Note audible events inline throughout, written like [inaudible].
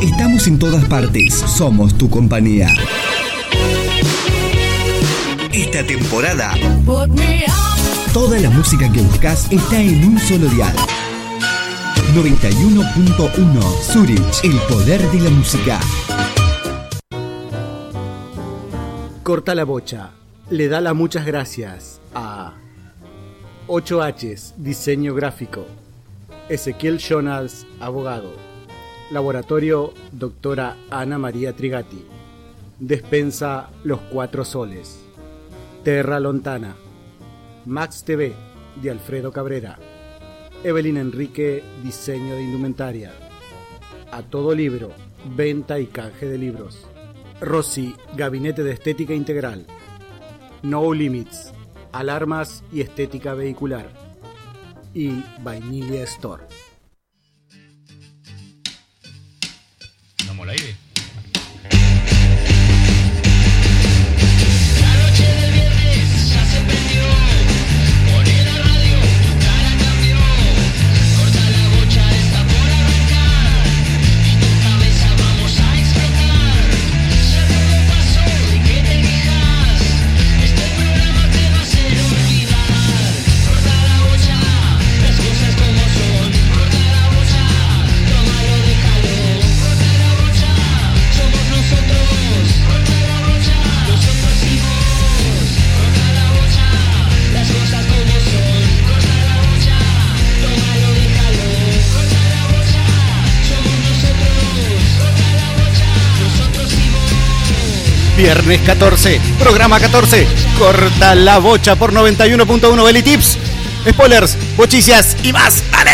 Estamos en todas partes. Somos tu compañía. Esta temporada, toda la música que buscas está en un solo dial. 91.1 Zurich, el poder de la música. Corta la bocha. Le da las muchas gracias a 8Hs, diseño gráfico. Ezequiel Jonas, abogado. Laboratorio, doctora Ana María Trigati. Despensa Los Cuatro Soles. Terra Lontana. Max TV, de Alfredo Cabrera. Evelyn Enrique, diseño de indumentaria. A todo libro, venta y canje de libros. Rossi, gabinete de estética integral. No Limits, alarmas y estética vehicular. Y Vainilla Store. Estamos al aire. La noche del viernes ya se prendió, pone la radio, tu cara cambió, corta la bocha, está por arrancar, y tu cabeza vamos a explotar, ya te lo paso y que te quejas, este programa te va a hacer olvidar, corta la bocha, las cosas como son, corta la bocha, tómalo, déjalo, corta la bocha, somos nosotros, corta la bocha, nosotros hicimos, corta la bocha, las cosas como son, corta la bocha, tómalo, déjalo, corta la bocha, somos nosotros, corta la bocha, nosotros hicimos. Viernes 14, programa 14. Corta la bocha por 91.1 Belly Tips. Spoilers, bochicias y más. ¡Dale!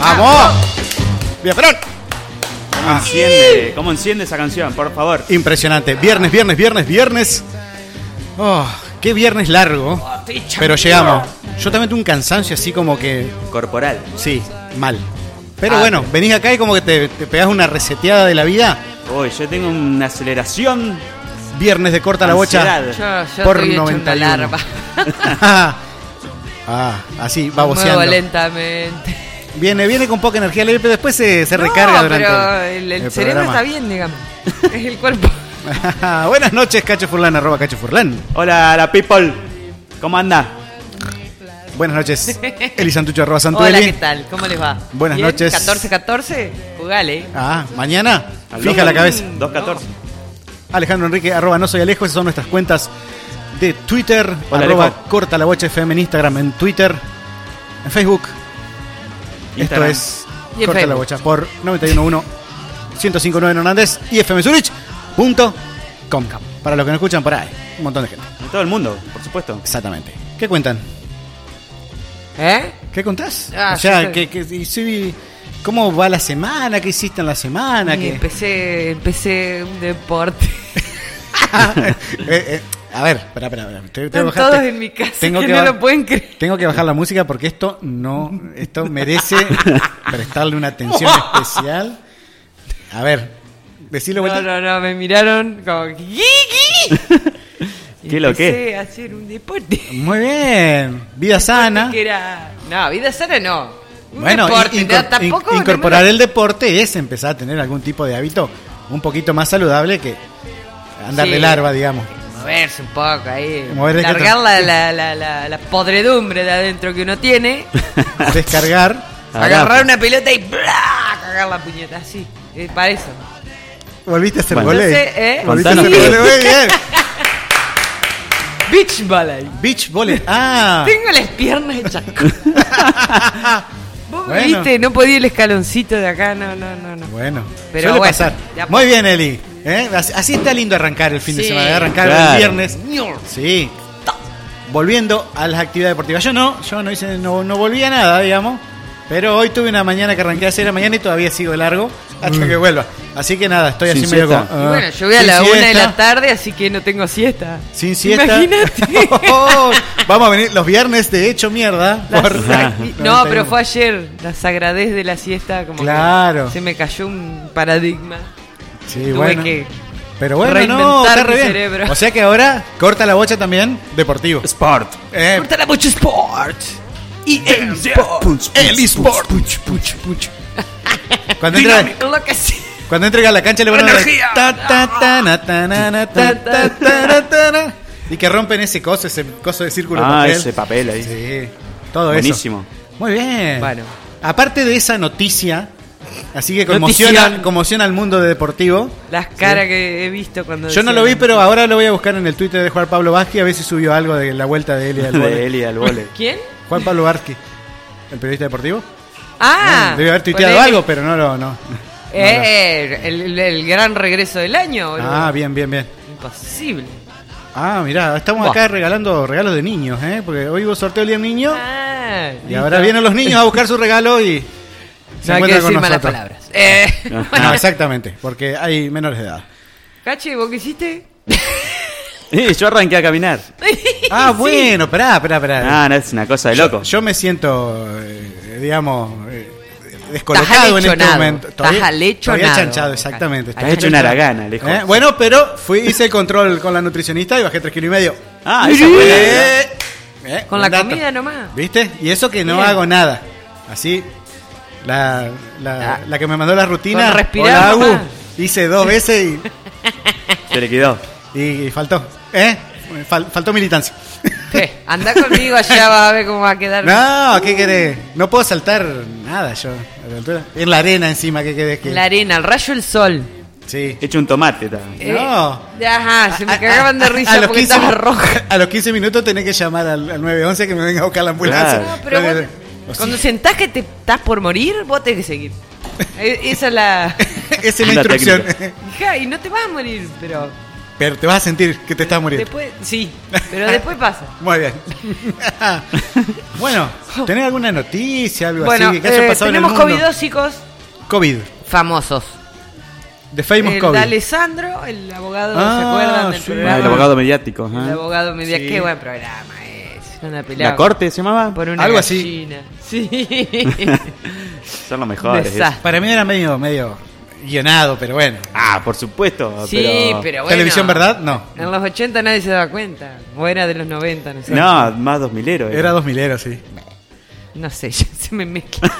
¡Vamos! Bien, Perón. ¿Cómo enciende? ¿Cómo enciende esa canción? Por favor. Impresionante. Viernes, viernes, viernes, viernes. Oh, qué viernes largo. Pero llegamos. Yo también tuve un cansancio así como que. Corporal. Sí, mal. Pero Ah, bueno, venís acá y como que te, te pegás una reseteada de la vida. Uy, yo tengo una aceleración. Viernes de corta la bocha. ansiedad. Yo, yo Por estoy hecho 91. una larva. [laughs] ah, así, va Muevo voceando. lentamente. Viene, viene con poca energía leve, pero después se, se recarga No, durante. pero el, el cerebro programa. está bien, digamos. Es el [laughs] cuerpo. Buenas noches, Cacho Furlan, arroba Cacho Furlan. Hola, la people. ¿Cómo anda? Buenas [laughs] noches, Eli Santucho, arroba Hola, Santueli. ¿qué tal? ¿Cómo les va? Buenas ¿Bien? noches. 14-14, jugale. Ah, mañana, Al fija dos- la cabeza. 214. Alejandro Enrique, arroba no soy Alejo, esas son nuestras cuentas de Twitter, Hola, arroba Alejo. corta la bocha FM en Instagram, en Twitter, en Facebook. Instagram. Esto Y es en corta la Facebook. bocha por 911 1059 en Hernández y fmsurich.com. Para los que no escuchan, por ahí, un montón de gente. De todo el mundo, por supuesto. Exactamente. ¿Qué cuentan? ¿Eh? ¿Qué contás? Ah, o sea, yo que, que- y sí, ¿cómo va la semana? ¿Qué hiciste en la semana? Y ¿Qué? empecé, empecé un [laughs] deporte. Eh, eh, a ver, espera, espera, espera. Te- te Están bajaste. todos en mi casa, Tengo que que no ba- lo pueden creer. Tengo que bajar la música porque esto no, esto [laughs] merece prestarle una atención especial. A ver, decilo No, vuelta. no, no, me miraron como... [laughs] ¿Qué ¿Qué lo que? Empecé a hacer un deporte. Muy bien, vida sana. Que era... No, vida sana no. Un Ah. Bueno, deporte, in- no, incor- tampoco in- no incorporar me- el deporte es empezar a tener algún tipo de hábito un poquito más saludable que andar Sí. de larva, digamos. Moverse un poco ahí. Mover de largar la, la, la, la, la podredumbre de adentro que uno [laughs] tiene. Descargar. agarrar una pelota y ¡bla! cagar la puñeta así. Eh, para eso. Volviste a hacer Bueno. volei. Entonces, ¿eh? Volviste a Contanos qué- hacer volei, muy bien. Beach ballet. Beach volley. Ah, Tengo las piernas [laughs] hechas. Vos me Bueno. viste, no podía el escaloncito de acá, no, no, no, no. Bueno, Pero suele bueno, pasar. ya- pues. Muy bien, Eli. ¿eh? Así, así está lindo arrancar el fin de Sí. semana, arrancar el Claro. viernes. Sí. Volviendo a las actividades deportivas. Yo no, yo no hice, no, no volví a nada, digamos. Pero hoy tuve una mañana que arranqué a hacer la mañana y todavía sigo de largo hasta que vuelva. Así que nada, estoy Sin así medio siesta. como, Y ah, bueno, yo voy a sin la una de siesta, la tarde, así que no tengo siesta. Sin siesta. [laughs] Oh, Imagínate. Vamos a venir los viernes de hecho mierda. Las- por- y- no, pero fue ayer, la sagradez de la siesta, como que Claro. se me cayó un paradigma. Sí, Tuve bueno. que Pero bueno, no, reinventar está re mi bien. cerebro. O sea que ahora corta la bocha también deportivo. Sport. Eh, Corta la mucho sport. Y el Punch, el eSport. Cuando entra, Dinámico, [laughs] lo que sea. cuando entre a la cancha le van a dar- Energía. ta, ta, ta, na, ta, na, [laughs] na, ta, ta, ta, na, ta, na. Y que rompen ese coso, ese coso de círculo de Ah, papel. ese papel ahí. Sí, todo Buenísimo. eso. Muy bien. Bueno. Aparte de esa noticia, así que Notición. conmociona, conmociona al mundo de deportivo. Las caras que he visto cuando. Yo no decían- lo vi, [laughs] pero ahora lo voy a buscar en el Twitter de Juan Pablo Vázquez a ver si subió algo de la [laughs] vuelta de Elia [laughs] al De vole. Eli al vole. ¿Quién? Juan Pablo Vázquez, el periodista deportivo. Mm, Ah. Debe haber tuiteado ponele- algo, pero no lo. No. Eh, el, el- el gran regreso del año, boludo. Ah, bien, bien, bien. Imposible. Ah, mirá, estamos Buah. acá regalando regalos de niños, ¿eh? Porque hoy hubo sorteo del día del niño Ah, y ahora vienen los niños a buscar su regalo y se no hay que encuentran decir con malas nosotros. palabras. Eh, [laughs] No, Ah. exactamente, porque hay menores de edad. Cachi, ¿vos qué hiciste? Y yo arranqué a caminar. Ah, bueno, pará, pará, pará. Ah, no, es una cosa de Yo- loco. Yo, me siento, eh, digamos, eh, descolocado en este alechonado, momento. estás alechonado. todavía chanchado, exactamente. Estás estoy hecho una haragana, el hijo. Eh, Bueno, pero fui, hice el control con la nutricionista y bajé 3 kilos y medio. Ah, esa fue la- Eh, eh, Con un la dato. comida nomás. ¿Viste? Y eso que no Bien. hago nada. Así, la, la, Ah. la que me mandó la rutina, Con respirar, hola, Agu, mamá. hice [laughs] dos veces Se le quedó. y, y faltó. ¿Eh? Fal- faltó militancia. Eh, Andá conmigo allá, vas a ver cómo va a quedar. [laughs] No, ¿qué querés? No puedo saltar nada yo a la altura. En la arena encima, ¿qué querés que? La arena, el rayo del sol. Sí. Hecho un tomate también. No. Eh, ajá, se A- me a- cagaban de a- a risa los porque 15 estaba roja. [laughs] A los 15 minutos tenés que llamar al, al 911 que me venga a buscar la ambulancia. Oh, Claro. No, pero vos- Entonces, o sea, [laughs] cuando sentás que te estás por morir, vos tenés que seguir. Eh, Esa es la. [laughs] Esa es la Una instrucción. [laughs] técnica. Hija, y no te vas a morir, pero. Pero te vas a sentir que te estás muriendo. Después. Sí, pero después pasa. [laughs] Muy bien. [laughs] bueno, ¿tenés alguna noticia, algo Bueno, así que haya eh, pasado en el tenemos mundo? covidósicos COVID. famosos. De Famous el COVID. de Alessandro, el abogado, Ah, ¿se acuerdan del sí. programa? Ah, el abogado mediático. El ¿eh? ajá. abogado media, Sí. qué buen programa es. Una pelada La corte se llamaba. por una Algo así. gallina. [laughs] [laughs] Sí. Son los mejores. Desastre. Para mí era medio, medio guionado, pero bueno. Ah, por supuesto. sí, pero bueno. Televisión, ¿verdad? No. En los 80 nadie se daba cuenta. O era de los 90, no sé. No, más dos milero. eh. Era dos mileros, sí. No sé, [laughs] ya se me mezcla.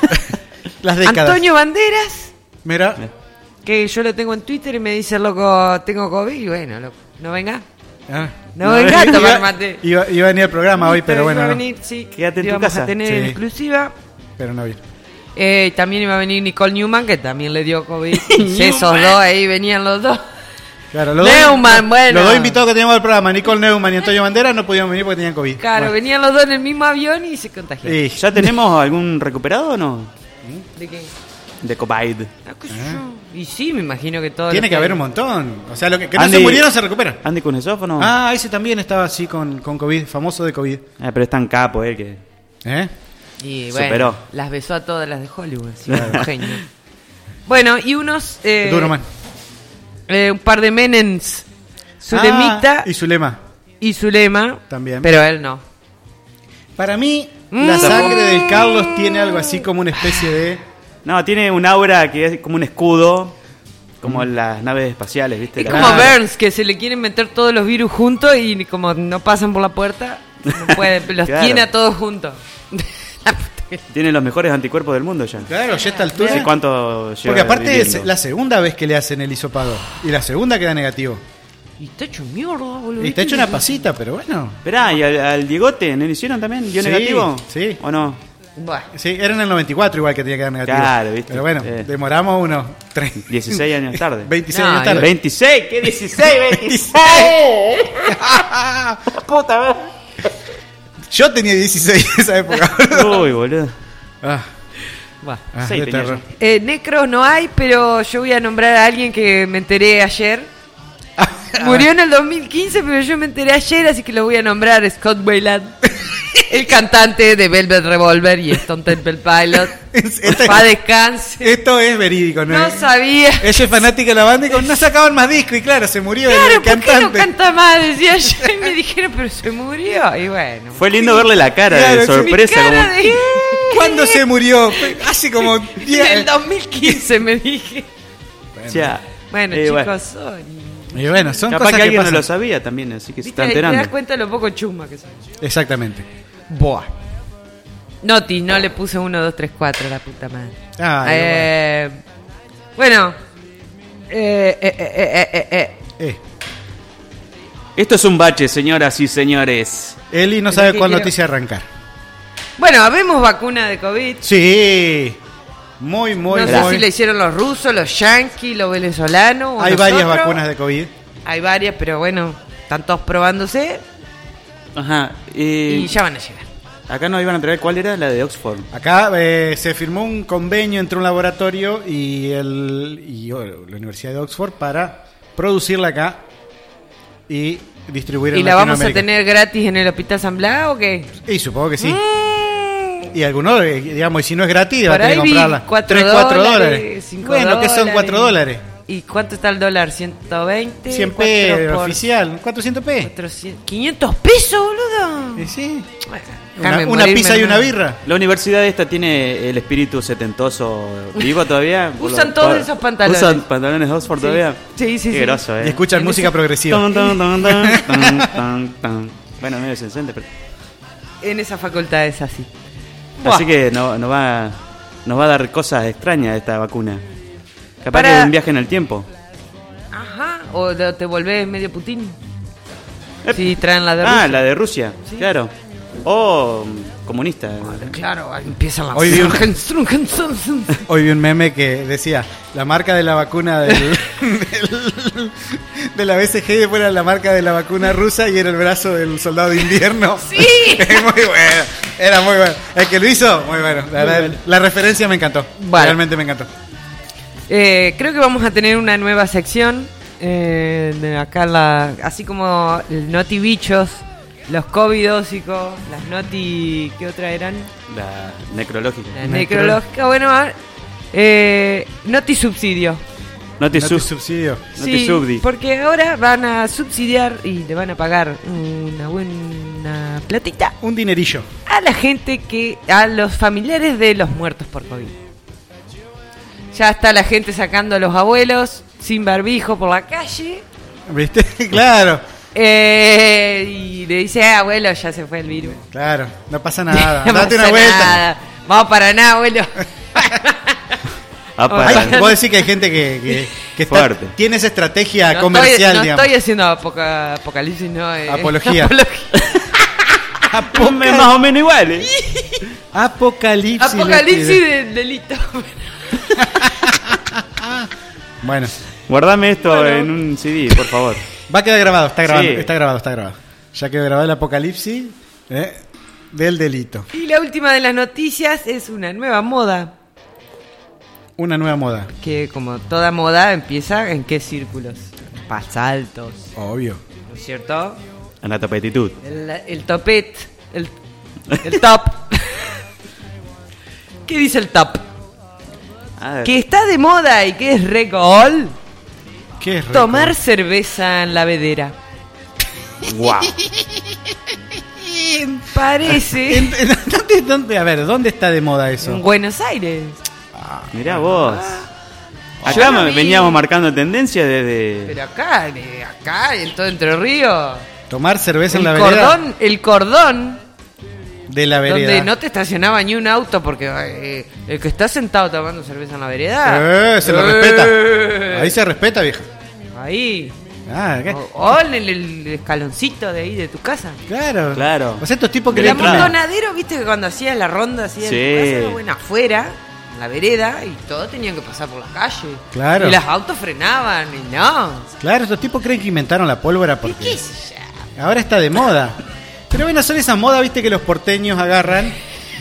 Las [laughs] décadas. Antonio Banderas, Mira, que yo lo tengo en Twitter y me dice, loco, tengo COVID. Y bueno, loco, no venga. ah, No, venga a iba- tomar mate. Iba, iba a venir al programa hoy, pero Iba bueno, a no, venir, sí, Quédate en tu íbamos casa. a tener Sí. en exclusiva. pero no vino. Eh, también iba a venir Nicole Newman, que también le dio [laughs] COVID. Sí, esos dos, ahí venían los dos. Claro, los Neumann, dos, bueno. Los dos invitados que teníamos al programa, Nicole Neumann y Antonio Banderas, no pudieron venir porque tenían COVID. Claro, Bueno. venían los dos en el mismo avión y se contagiaron. Y- ¿Ya tenemos algún recuperado o no? ¿De qué? De Cobaid. Ah, qué sé yo. Y sí, me imagino que todo. Tiene que haber un montón. O sea, los que, que no se Andy- murieron se recuperan. ¿Andy Kuznetsov o no? Ah, ese también estaba así con, con COVID, famoso de COVID. Ah, pero es tan capo él que. ¿Eh? Y bueno, Superó. las besó a todas las de Hollywood. sí, un genio. Bueno, y unos. eh, Duro, man. eh, un par de Menens. Ah, Zulemita y su lema. y, Zulema. También. Pero él no. Para mí, Mm. la sangre del Carlos tiene algo así como una especie de. No, tiene un aura que es como un escudo. Como Mm. las naves espaciales, ¿viste? Es La- como Claro. Burns, que se le quieren meter todos los virus juntos y como no pasan por la puerta, no pueden, los Claro. tiene a todos juntos. La puta que- Tiene los mejores anticuerpos del mundo ya. Claro, ya a esta No altura. sé cuánto lleva Porque aparte viviendo. es la segunda vez que le hacen el hisopado. Y la segunda queda negativo. y está hecho mierda, boludo. Y te ha hecho una pasita, pero bueno. Esperá, ¿y al, al Diegote no le hicieron también? ¿Dio Sí, negativo? sí. ¿O no? Bueno, Sí, era en el 94 igual que tenía que dar negativo. Claro, viste. Pero bueno, Eh. demoramos unos tres- [laughs] 16 años tarde. 26 No, años tarde. 26, ¿qué [laughs] 16? 26. [laughs] Yo tenía 16 en [laughs] esa época. boludo. Uy, boludo. ah, bueno. ah, Sí, qué tenía terror. Eh, necros no hay, pero yo voy a nombrar a alguien que me enteré ayer. [laughs] Ah. Murió en el 2015, pero yo me enteré ayer, así que lo voy a nombrar Scott Wayland. El cantante de Velvet Revolver y Stone Temple Pilot. Es- esta- Pa' descanse. Esto es verídico, ¿no? este No es- sabía. Ella es fanática de la banda y con- no sacaban más disco y claro, se murió Claro, el ¿por qué no cantante. canta más? Decía yo. Y me dijeron, pero se murió. Y bueno. Fue lindo verle la cara Claro, de sí. sorpresa. Mi cara como- de- ¿Cuándo se murió? Fue [laughs] Hace como 10 En el 2015 me dije. o sea, Bueno, eh, chicos, son. Y bueno, son Capaz cosas que que, alguien no lo pasan. sabía también, así que se Viste, está te das enterando. cuenta de lo poco chuma que son. Exactamente. Boa. Noti, no le puse 1, 2, 3, 4, la puta madre. Ah, Eh, bueno. Eh, eh, eh, eh, eh, eh. Eh, Esto es un bache, señoras y señores. Eli no Pero sabe que cuál quiero- noticia arrancar. Bueno, habemos vacuna de COVID. Sí. Muy, muy, no sé muy. si le hicieron los rusos, los yanquis, los venezolanos. o Hay varias nosotros. vacunas de COVID. Hay varias, pero bueno, están todos probándose Ajá. eh, y ya van a llegar. Acá nos iban a traer cuál era la de Oxford. Acá eh, se firmó un convenio entre un laboratorio y, el, y oh, la Universidad de Oxford para producirla acá y distribuirla ¿Y en la vamos a Latinoamérica. tener gratis en el Hospital San Blas o qué? Y supongo que sí. Mm. Y algunos, eh, digamos, y si no es gratis, va a Por tener que ahí vi comprarla. 4 Tres, cuatro dólares, dólares. cinco Bueno, ¿qué son 4 dólares? ¿Y cuánto está el dólar? ¿120? 100 cuatro pesos, por oficial. 400 pesos. 400, ¿500 pesos, boludo? Eh, sí. Bueno, déjame Una, una morirme, pizza y una hermano. birra. La universidad esta tiene el espíritu setentoso vivo todavía. por [laughs] Usan lo- todos por- esos pantalones. Usan pantalones de Oxford Sí. todavía. Sí, sí, Qué sí. groso, eh. Y escuchan En música esa- progresiva. Tan, tan, tan, tan, tan, tan, tan. Bueno, medio sencente, pero... En esa facultad es así. Así que no, no va, nos va a dar cosas extrañas esta vacuna. Capaz Para- que es un viaje en el tiempo. Ajá, o lo- te volvés medio putín. Sí, traen la de Ah, Rusia. la de Rusia, claro. O mm, comunista. Claro, ahí empiezan las... Hoy vi un- Hoy Hoy vi un meme que decía la marca de la vacuna [laughs] del, del- de la BCG y después era la marca de la vacuna rusa y era el brazo del soldado de invierno. [laughs] Sí. [laughs] Es muy bueno. Era muy bueno. El que lo hizo, muy bueno. La, verdad, la referencia me encantó. Vale. Realmente me encantó. Eh, creo que vamos a tener una nueva sección. eh, de acá la. Así como el Noti Bichos, los covidósicos, las Noti. ¿Qué otra eran? La necrológica. La necrológica. Bueno, a ver, eh, Noti Subsidio. No te No te sub- subsidio. Noti Subdi. porque ahora van a subsidiar y le van a pagar una buena platita Un dinerillo. a la gente que. a los familiares de los muertos por COVID. Ya está la gente sacando a los abuelos sin barbijo por la calle. ¿Viste? [laughs] claro. Eh, y le dice, ah, abuelo, ya se fue el virus. Claro. No [laughs] pasa nada. No Date una pasa vuelta. nada. Vamos para nada, [laughs] abuelo. Ah, para. [laughs] Hay- vos decís que hay gente que, que, que está- Fuerte. tiene esa estrategia No comercial, estoy, no digamos. estoy haciendo apoca- apocalipsis, no. eh, [laughs] Apología. Ponme más o menos eh. iguales. Apocalipsis. apocalipsis de delito. Bueno. Guardame esto en un CD, por favor. Va a quedar grabado, está grabando, Sí. está grabado, está grabado. Ya quedó grabado el apocalipsis eh, del delito. y la última de las noticias es una nueva moda. Una nueva moda, Que como toda moda empieza en qué círculos. Pasaltos, obvio. ¿no es cierto? En la tapetitud. El, el topet. El, el top. [laughs] ¿Qué dice el top? que está de moda y que es recol ¿Qué es rico? tomar cerveza en la vedera. Guau. Parece [laughs] En- en- ¿dónde- dónde- a ver, ¿dónde está de moda en eso? Buenos Aires. Mirá vos. Yo Acá lo vi. veníamos marcando tendencia desde. Pero acá, de acá, en todo Entre Ríos. Tomar cerveza El en la vereda cordón, el cordón de la donde vereda. no te estacionaba ni un auto porque eh, el que está sentado tomando cerveza en la vereda. Eh, se lo eh, Oh. respeta. Ahí se respeta, vieja. Ahí. Ah, ¿qué? O, o en el, el escaloncito de ahí de tu casa. Claro. Claro. O sea, estos tipos que El le entrada. montona. amontonadero, viste que cuando hacías la ronda hacías Sí. bueno, afuera, en la vereda, y todos tenían que pasar por la calle. Claro. Y los autos frenaban, y no. Claro, estos tipos creen que inventaron la pólvora ¿Y porque qué sé yo? ahora está de moda. Pero bueno, son esas modas, viste, que los porteños agarran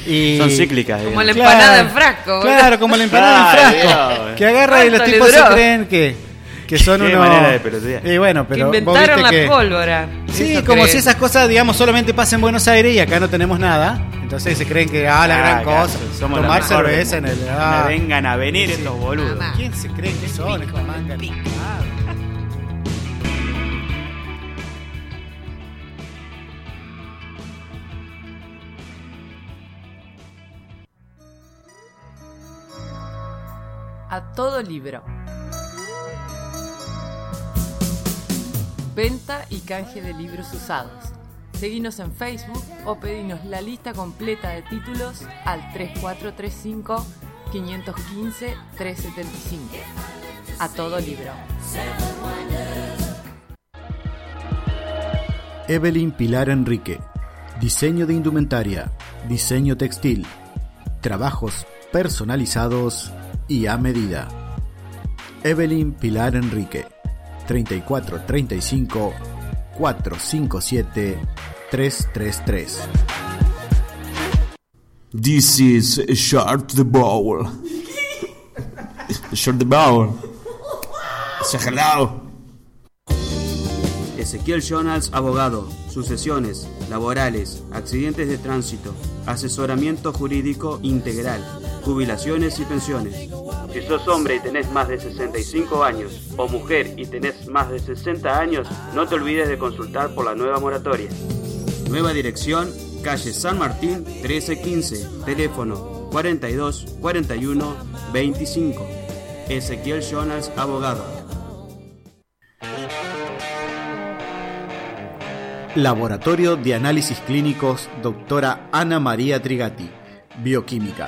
y... Son cíclicas. Como digamos. la empanada en frasco, boludo. Claro, como la empanada en Ay, frasco. Dios. Que agarra y los ¿Cuánto le tipos se duró? creen que, que que son Qué unos. manera de pelotear. Y bueno, Que pero. vos inventaron viste la que- pólvora. Sí, Eso como creen. si esas cosas, digamos, solamente pasan en Buenos Aires y acá no tenemos nada. Entonces se creen que, ah, la gran Ah, cosa. gato, somos la tomar mejor cerveza en del el. mundo. ah. Me vengan a venir estos boludos. Mamá. ¿Quién se cree que son? Estos mangas? Ah. a todo libro. Venta y canje de libros usados. Seguinos en Facebook o pedinos la lista completa de títulos al 3435 515 375. A todo libro. Evelyn Pilar Enrique. Diseño de indumentaria, diseño textil, trabajos personalizados y a medida. Evelyn Pilar Enrique. 3435 457 333. This is Short the Bowl. Short the Bowl. Say hello. Ezequiel Jonas, abogado, sucesiones, laborales, accidentes de tránsito, asesoramiento jurídico integral, jubilaciones y pensiones. Si sos hombre y tenés más de 65 años, o mujer y tenés más de 60 años, no te olvides de consultar por la nueva moratoria. Nueva dirección, calle San Martín 1315, teléfono 42 41 25. Ezequiel Jonas, abogado. Laboratorio de Análisis Clínicos, doctora Ana María Trigati, Bioquímica.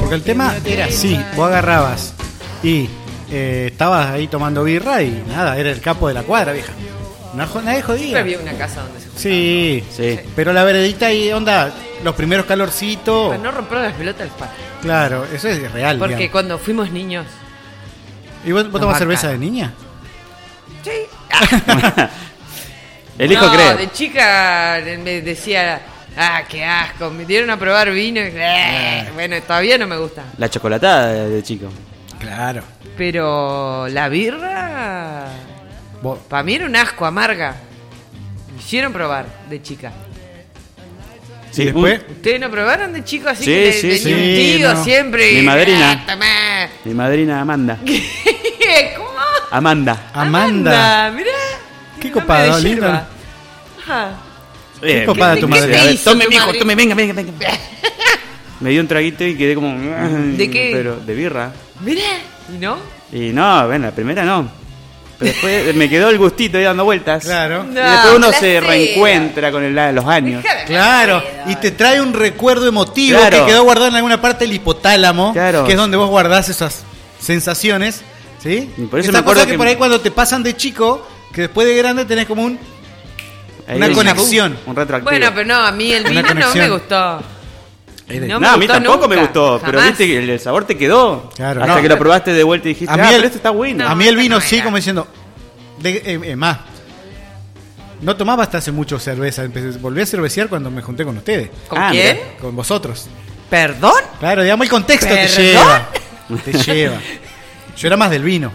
Porque el tema era así, vos agarrabas y eh, estabas ahí tomando birra y nada, era el capo de la cuadra, vieja. No jo- nadie Siempre jodía. había una casa donde se juntaba. Sí, Sí. pero la veredita y onda, los primeros calorcitos. Pero no rompieron las pelotas al patio. Claro, eso es real. Porque digamos. cuando fuimos niños. ¿Y vos, vos nos tomás marca. cerveza de niña? Elijo no, creer. de chica eh, me decía, ah, qué asco. Me dieron a probar vino y. "Eh". Bueno, todavía no me gusta. La chocolatada de, de chico. Claro. Pero la birra. Vos- Para mí era un asco, amarga. Me hicieron probar de chica. y después, ¿Ustedes no probaron de chico así Sí, que le- sí, tenía un sí, tío no. siempre? y, Mi madrina. "Ah, tomá". [laughs] Mi madrina Amanda. ¿Cómo? Amanda. Amanda. mirá. Ah, Qué Tiene nombre copado, de lindo. yerba. Ajá. Bien, copada bien, tu bien, madre. bien. A ver, ¿Qué hizo Tome, tu mijo, madre? tome, venga, venga, [laughs] venga. Me dio un traguito y quedé como. ¿De qué? Pero de birra. Mirá. ¿Y no? Y no, bueno, la primera no. Pero [laughs] después me quedó el gustito ahí dando vueltas. Claro. Y No, después uno se placera. reencuentra con el- los años. Dejá de- Claro, y te trae un recuerdo emotivo Claro. que quedó guardado en alguna parte del hipotálamo, Claro. que es donde vos guardás esas sensaciones, ¿sí? Y por eso Esas me acuerdo cosas que, que- por ahí cuando te pasan de déjà-vu, que después de grande tenés como un... Ahí Una un- conexión. Un retroactivo. Bueno, pero no, a mí el Una vino no conexión. me gustó. No, me a mí gustó tampoco nunca, me gustó, pero jamás. viste que el, el sabor te quedó. Claro. Hasta No. eh, que lo probaste de vuelta y dijiste, A mí ah, el- pero este está bueno. a mí el vino no sí, era. como diciendo... de- eh, eh, más, no tomaba hasta hace mucho cerveza, empecé- volví a cervecear cuando me junté con ustedes, ¿Con Ah, quién? mirá. con vosotros. ¿Perdón? Claro, digamos, el contexto te ¿Perdón? lleva. Te lleva. Yo era más del vino.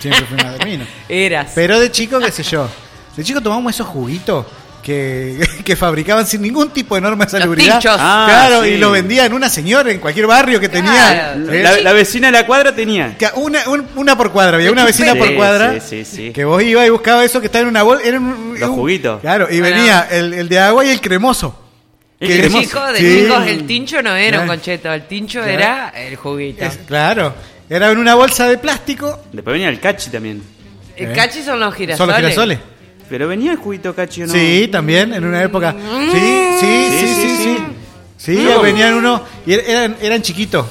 Siempre fui más del vino. Eras. Pero de chico, qué sé yo. De chico tomábamos esos juguitos que, [laughs] que fabricaban sin ningún tipo de norma de salubridad. tinchos. Ah, claro, sí. y lo vendían una señora en cualquier barrio que tenía. Claro. ¿eh? La, la vecina de la cuadra tenía. Que Una, un- una por cuadra, había una vecina Sí, por cuadra. sí, sí, sí. Que vos ibas y buscabas eso que estaba en una bolsa. Era un, Los un- juguitos. Claro, y Bueno. venía el, el de agua y el cremoso. El Que- De cremoso. chicos, de Sí. chicos, el tincho no era un Claro. concheto, el tincho Claro. era el juguito. Es- claro, era en una bolsa de plástico. Después venía el cachi también. El cachi son los girasoles. eh. Son los girasoles. Pero venía el juguito cachi, ¿o ¿no? Sí, también, en una época. Sí, sí, sí, sí. sí, sí, sí. Sí, No. venían uno y er- eran, eran chiquitos.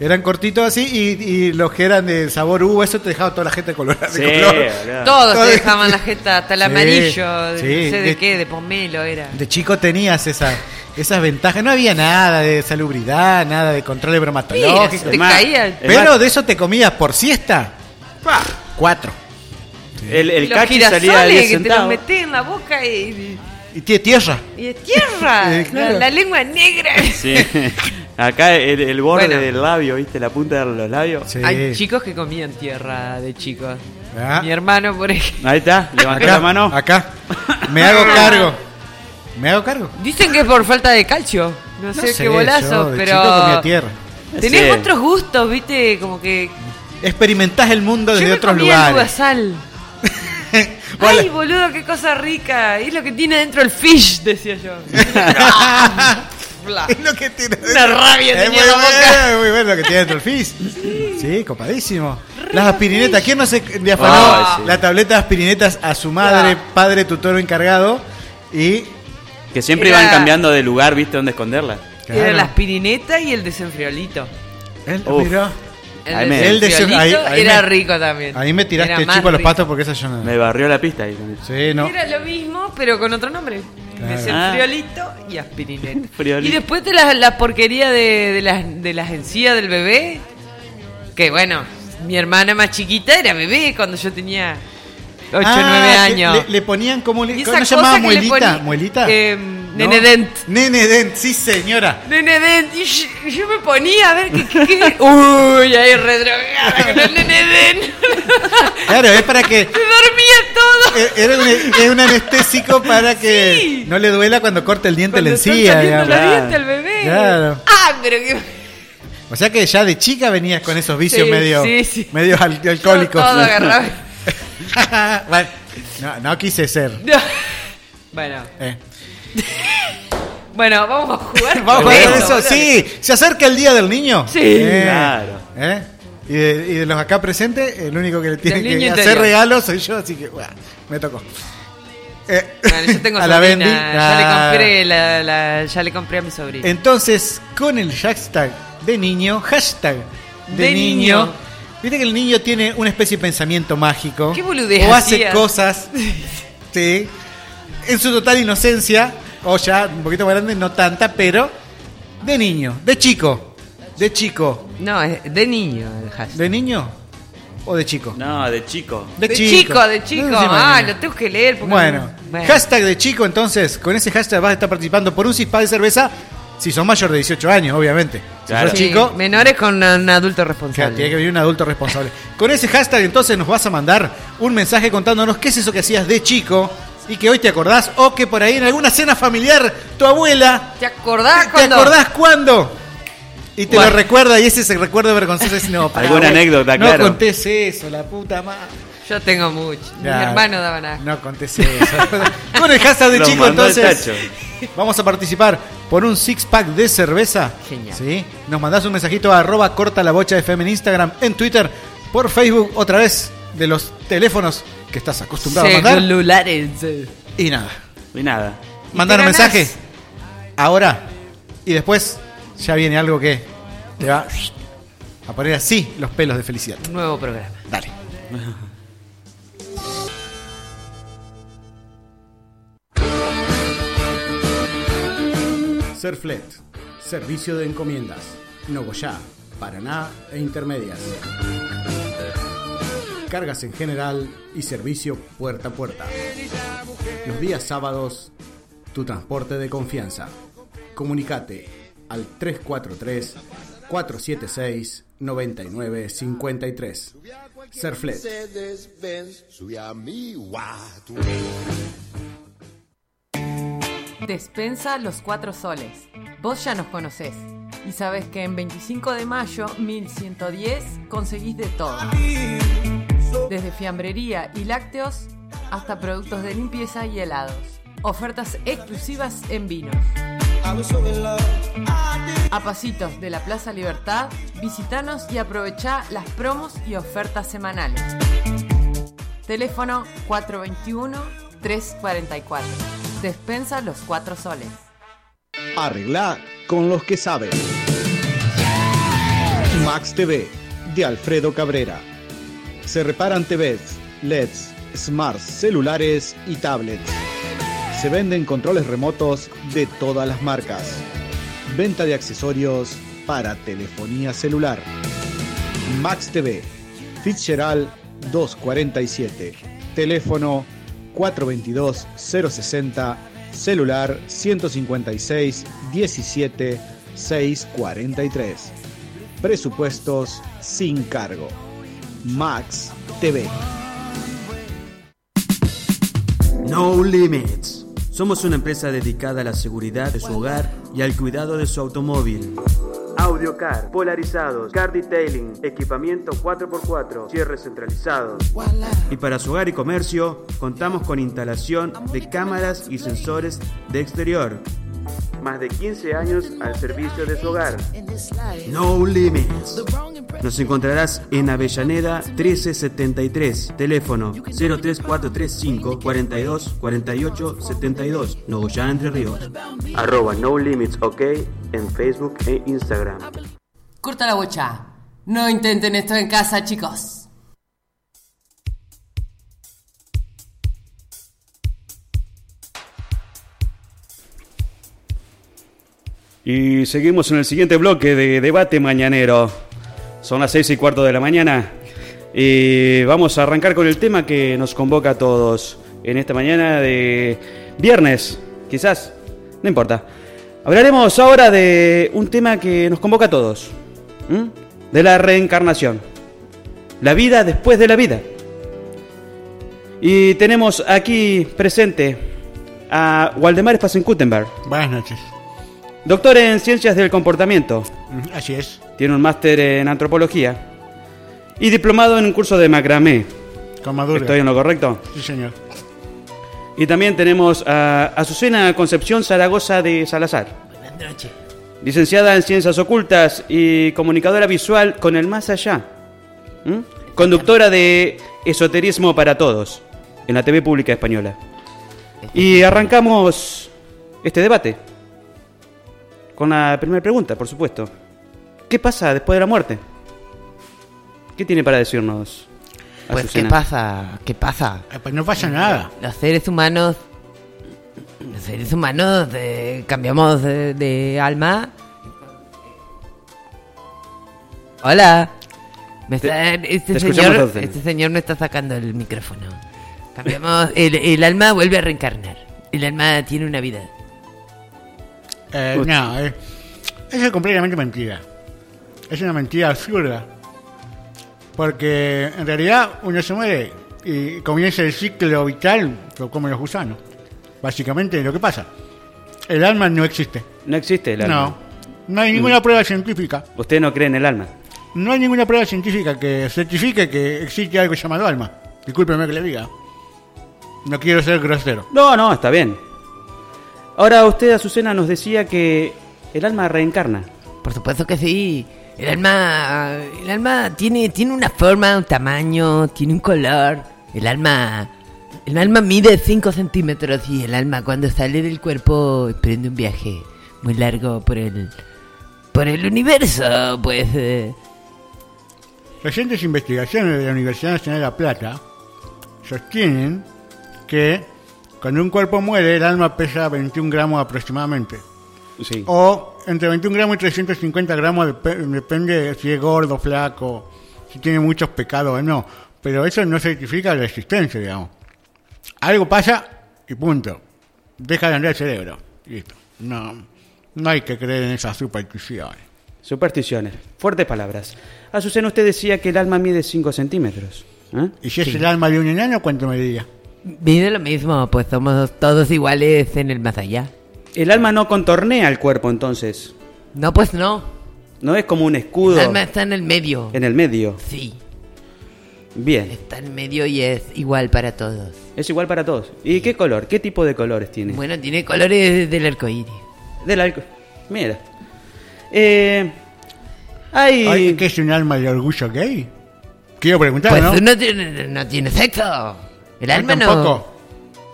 Eran cortitos así y, y los que eran de sabor uva, eso te dejaba toda la gente colorada. de Sí, color. boludo. Todos Todo- te dejaban la jeta hasta el Sí, amarillo, de- sí, no sé de, de- qué, de pomelo era. De chico tenías esa, esas ventajas. No había nada de salubridad, nada de control Sí, bromatológico. te más, caía el- Pero de eso te comías por siesta. Cuatro. El, el los cachi salía a 10 girasoles que te los centavos. metés en la boca y, Y tiene tierra. y es [laughs] tierra, Eh, claro. la, la lengua negra. Sí. [laughs] Acá el, el borde Bueno. del labio, ¿viste? La punta de los labios. Sí. Hay chicos que comían tierra de chicos. Ah. Mi hermano, por ejemplo. Ahí está, levantó Acá, la mano. acá. Me hago cargo. Me hago cargo. Dicen que es por falta de calcio. No, sé, qué yo bolazo, de pero. chico comía tierra. Tenés Sí. otros gustos, viste, como que. Experimentás el mundo yo desde me otros comía el lugares. lubazal. Hola. [laughs] Ay, boludo, qué cosa rica. Es lo que tiene dentro el fish, decía [laughs] yo. Bla. Es lo que tiene Una rabia Es tenía muy en la bueno, boca. es muy bueno lo que tiene dentro el fizz. Sí, copadísimo. Las aspirinetas. ¿Quién no se Ay, le afanó sí. la tableta de aspirinetas a su madre, Ah. padre, tutor o encargado? Y Que siempre Era- iban cambiando de lugar, ¿viste? Donde esconderla. Claro. Era la aspirineta y el desenfriolito. él, Uf. mirá, El Ahí me- El de- desenfriolito ahí- ahí era me- rico también. ahí me Era tiraste más chico a los rico. patos porque esa yo no. Me barrió la pista ahí con eso. Sí, no. Era lo mismo, pero con otro nombre. Claro. Desenfriolito y aspirineta. Friolito. Y después de la, la porquería de, de las, de las encías del bebé, que bueno, mi hermana más chiquita era bebé cuando yo tenía 8 o 9 Ah, que años. Le, le ponían como le, Y ¿cómo esa se llamaba cosa que le muelita, poni- muelita. Eh, nenedent. Nenedent, sí señora. Nene Den, y yo, y yo me ponía a ver qué... qué- qué- [laughs] Uy, ahí redrogada con el nene Den. [laughs] Claro, es para que Me dormía todo. eh, era un, es un anestésico para que Sí. no le duela cuando corta el diente Cuando la están encía, saliendo digamos. los Claro. dientes al bebé. Claro. Ah, pero que... O sea que ya de chica venías con esos vicios Sí, medio, sí, sí. medio al- alcohólicos. Todo agarraba. [laughs] Bueno, no, no quise ser. No. Bueno, eh. bueno, vamos a jugar. [laughs] Vamos con a ver esto, eso, boludo. sí. Se acerca el día del niño. Sí. Claro. ¿eh? Y, de, y de los acá presentes, el único que le tiene que niño hacer interior. regalo soy yo, así que bueno, me tocó. Eh, Bueno, yo tengo [laughs] a la sobrina, Bendy. ya ah. le compré la, la- ya le compré a mi sobrina. Entonces, con el hashtag de niño, hashtag de, De niño, niño. viste que el niño tiene una especie de pensamiento mágico. ¿Qué boludez O hace hacía? [laughs] cosas, sí, en su total inocencia, o ya un poquito más grande, no tanta, pero de niño, de chico, de chico, No, es de niño el hashtag. de niño o de chico. No, de chico. De chico, de chico. No, encima de ah, niño. lo tengo que leer. porque- Bueno, Bueno. hashtag de chico, entonces, con ese hashtag vas a estar participando por un cispa de cerveza si son mayor de 18 años, obviamente. Si Claro. sos Sí, chico, menores con un adulto claro, tiene que responsable. venir un adulto responsable. con ese hashtag, entonces, nos vas a mandar un mensaje contándonos qué es eso que hacías de chico y que hoy te acordás o que por ahí en alguna cena familiar tu abuela ¿Te acordás ¿Te cuando? acordás cuándo? Y te lo Bueno. recuerda y ese se recuerda vergonzoso. [laughs] es, No, pará, Alguna güey, anécdota, Ah, no claro. contés eso, la puta madre. Yo tengo mucho. Mi Ya, hermano daba nada. No contés eso. [laughs] Con el hashtag de Los chico, mandó el entonces. tacho. Vamos a participar por un six pack de cerveza. Genial. ¿Sí? Nos mandás un mensajito a arroba corta la bocha FM en Instagram, en Twitter, por Facebook, otra vez de los teléfonos que estás acostumbrado a mandar. Celulares. eh. Y nada. Y nada. Y Mandar te un ganás. mensaje ahora y después ya viene algo que te va a poner así los pelos de felicidad. Un Nuevo programa. Dale. [laughs] Serflet, servicio de encomiendas, Nogoyá, Paraná e intermedias. Cargas en general y servicio puerta a puerta. Los días sábados, tu transporte de confianza. Comunicate al 343 476 9953. Serflet. Despensa Los Cuatro Soles. Vos ya nos conocés. Y sabes que en 25 de mayo 1110 conseguís de todo. Desde fiambrería y lácteos hasta productos de limpieza y helados. Ofertas exclusivas en vinos. A pasitos de la Plaza Libertad, visitanos y aprovechá las promos y ofertas semanales. Teléfono 421-344. Despensa los cuatro soles. Arregla con los que saben. Max TV de Alfredo Cabrera. Se reparan TVs, LEDs, E smarts, celulares y tablets. Se venden controles remotos de todas las marcas. Venta de accesorios para telefonía celular. Max TV, Fitzgerald 247. Teléfono 422-060, celular 156-17-643. Presupuestos sin cargo. Max TV. No Limits. Somos una empresa dedicada a la seguridad de su hogar y al cuidado de su automóvil. Audiocar, polarizados, car detailing, equipamiento 4x4, cierre centralizado. Y para su hogar y comercio, contamos con instalación de cámaras y sensores de exterior. Más de 15 años al servicio de su hogar. No Limits. Nos encontrarás en Avellaneda 1373, teléfono 03435 42 48 72, Nogoyá Entre Ríos. Arroba No Limits OK en Facebook e Instagram. Corta la bocha. No intenten esto en casa, chicos. Y seguimos en el siguiente bloque de debate mañanero. Son las seis y cuarto de la mañana. Y vamos a arrancar con el tema que nos convoca a todos en esta mañana de viernes, quizás, no importa. Hablaremos ahora de un tema que nos convoca a todos, ¿m? de la reencarnación, la vida después de la vida. Y tenemos aquí presente a Waldemar Spasen-Gutenberg. Buenas noches. Doctor en Ciencias del Comportamiento. Así es. Tiene un máster en Antropología. Y diplomado en un curso de macramé. Con madura. ¿Estoy en lo correcto? Sí, señor. Y también tenemos a Azucena Concepción Zaragoza de Salazar. Buenas noches. Licenciada en Ciencias Ocultas y comunicadora visual con el más allá. ¿Mm? Conductora de Esoterismo para Todos en la TV Pública Española. Este Y arrancamos este debate con la primera pregunta, por supuesto. ¿Qué pasa después de la muerte? ¿Qué tiene para decirnos? Pues, ¿qué Azucena? pasa? ¿Qué pasa? Pues no pasa nada. Los seres humanos. Los seres humanos eh, cambiamos de, de alma. Hola. Me está- este, te escuchamos, señor, Azucena. este señor no está sacando el micrófono. Cambiamos. El, el alma vuelve a reencarnar. El alma tiene una vida. Eh, no, eh, eso es completamente mentira. Es una mentira absurda. Porque en realidad uno se muere y comienza el ciclo vital, lo comen los gusanos. Básicamente lo que pasa. El alma no existe. No existe el alma. Mm. No, no hay ninguna prueba científica. Usted no cree en el alma. No hay ninguna prueba científica que certifique que existe algo llamado alma. Discúlpeme que le diga. No quiero ser grosero. No, no, está bien. Ahora usted, Azucena, nos decía que el alma reencarna. Por supuesto que sí. El alma, el alma tiene, tiene una forma, un tamaño, tiene un color. El alma, el alma mide 5 centímetros y el alma cuando sale del cuerpo emprende un viaje muy largo por el, por el universo, pues. eh, Recientes investigaciones de la Universidad Nacional de La Plata sostienen que cuando un cuerpo muere, el alma pesa 21 gramos aproximadamente. Sí. O entre 21 gramos y 350 gramos, dep- depende si es gordo, flaco, si tiene muchos pecados o no. Pero eso no certifica la existencia, digamos. Algo pasa y punto. Deja de andar el cerebro. Listo. No, no hay que creer en esas supersticiones. Supersticiones. Fuertes palabras. Azucena, usted decía que el alma mide 5 centímetros. ¿eh? ¿Y si es el alma de un enano, cuánto medía? Mide lo mismo, pues somos todos iguales en el más allá. El alma no contornea el cuerpo, entonces. No, pues no. No es como un escudo El alma está en el medio. en el medio. Sí, Bien. está en el medio y es igual para todos. Es igual para todos. ¿Y qué color? ¿Qué tipo de colores tiene? Bueno, tiene colores del arco iris. Del alco. Mira. Eh, hay... Ay, ¿Qué es un alma de orgullo gay? Quiero preguntar, Pues ¿no? no tiene, no tiene sexo. El Yo alma no. tampoco.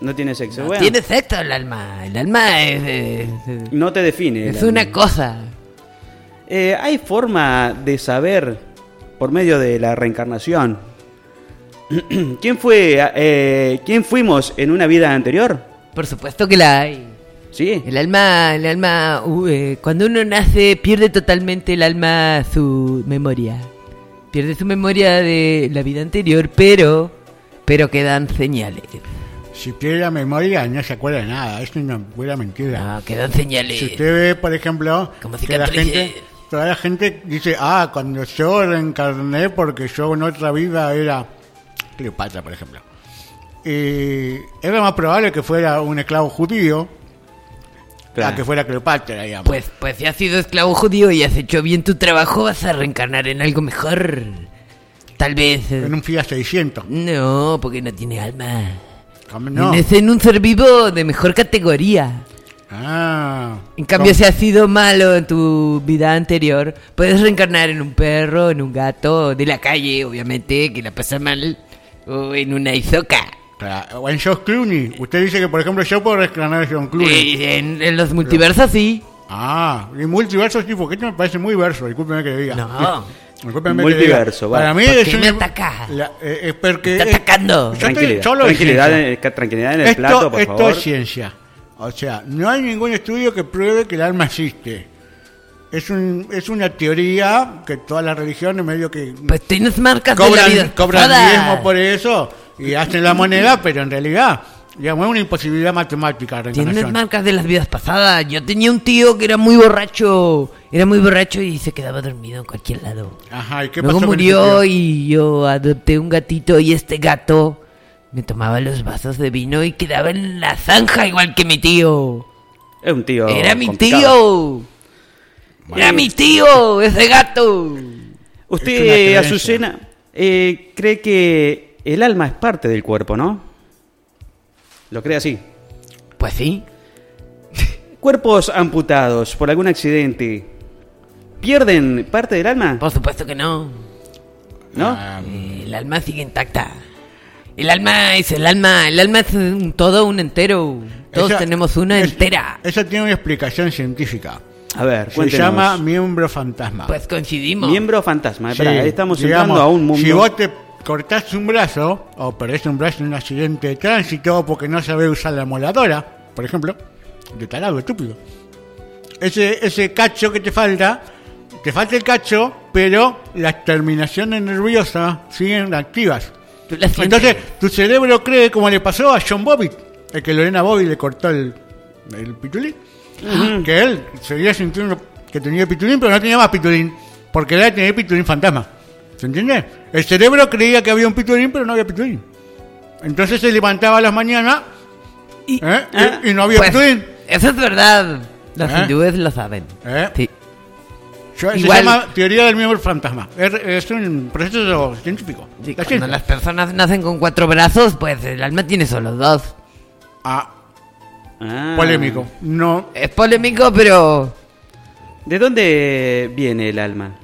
No tiene sexo. No bueno. Ah, tiene sexo el alma. El alma es. eh, No te define. el es una alma. cosa. Eh, Hay forma de saber por medio de la reencarnación. [clears throat] ¿Quién fue? eh, ¿Quién fuimos en una vida anterior? Por supuesto que la hay. Sí. El alma, el alma, uh, eh, cuando uno nace pierde totalmente el alma su memoria. Pierde su memoria de la vida anterior, pero pero quedan señales. Si tiene la memoria, no se acuerda de nada. Es una buena mentira. No, Ah, quedan señales. Si usted ve, por ejemplo, que la cicatrices. gente, toda la gente dice, ah, cuando yo reencarné porque yo en otra vida era Cleopatra, por ejemplo. Y era más probable que fuera un esclavo judío Claro. a que fuera Cleopatra, digamos. Pues pues si has sido esclavo judío y has hecho bien tu trabajo, vas a reencarnar en algo mejor. Tal vez eh, en un Fiat 600. No, porque no tiene alma. no? Es en un ser vivo de mejor categoría. Ah. En cambio, ¿Cómo? si has sido malo en tu vida anterior, puedes reencarnar en un perro, en un gato, de la calle, obviamente, que la pasa mal, o en una izoca. Claro, O en Josh Clooney. Usted dice que, por ejemplo, yo puedo reencarnar en Josh Clooney. Eh, en- en los multiversos, sí. Ah, y multiversos tipo, que esto este me parece muy verso, discúlpeme que le diga. No. [laughs] Discúlpeme Multiverso, que le diga. Para vale. mí ¿Por es qué un- me la- eh, es porque... está atacando. Yo estoy- Tranquilidad, yo lo tranquilidad, dije. en, ca- tranquilidad en el esto, plato, por esto favor. es ciencia. O sea, no hay ningún estudio que pruebe que el alma existe. Es, un, es una teoría que todas las religiones medio que... Pues tienes marcas de la cobran, vida. Cobran Todas. diezmo por eso y hacen la moneda, pero en realidad, digamos, es una imposibilidad matemática. la Tienes reencarnación. marcas de las vidas pasadas. Yo tenía un tío que era muy borracho. Era muy borracho y se quedaba dormido en cualquier lado. Ajá, ¿y qué Luego pasó con murió ese tío? y yo adopté un gatito y este gato me tomaba los vasos de vino y quedaba en la zanja igual que mi tío. Es un tío. Era mi complicado. tío. Era mi tío, ese gato. Usted, eh, Azucena, eh, cree que el alma es parte del cuerpo, ¿no? ¿Lo cree así? Pues sí. Cuerpos amputados por algún accidente, ¿pierden parte del alma? Ah. Por supuesto que no. ¿No? Eh, El alma sigue intacta. El alma es el alma, el alma es un todo, un entero. Todos Esa- tenemos una es- entera. Esa tiene una explicación científica. A ver, Se cuéntenos. llama miembro fantasma. Pues coincidimos. Miembro fantasma. Sí, Espera, ahí Ah, estamos digamos, entrando a un mundo. Si vos te cortás un brazo o perdés un brazo en un accidente de tránsito porque no sabés usar la moladora, por ejemplo, de talado, estúpido. Ese, ese cacho que te falta, te falta el cacho, pero las terminaciones nerviosas siguen activas. Entonces, tu cerebro cree como le pasó a John Bobbitt, el que Lorena Bobbitt le cortó el, el pitulín, que él seguía sintiendo que tenía pitulín, pero no tenía más pitulín, porque era tenía pitulín fantasma. ¿Se entiende? El cerebro creía que había un pitulín, pero no había pitulín. Entonces se levantaba a las mañanas ¿eh? y, y no había Pues, pitulín. Eso es verdad. Los ¿Eh? hindúes lo saben. ¿Eh? Sí. Yo- Igual- Se llama teoría del miembro fantasma. Es, es un proceso científico. Sí, La cuando ciencia. las personas nacen con cuatro brazos, pues el alma tiene solo dos. Ah. Ah. Polémico. No. Es polémico, pero ¿De dónde viene el alma?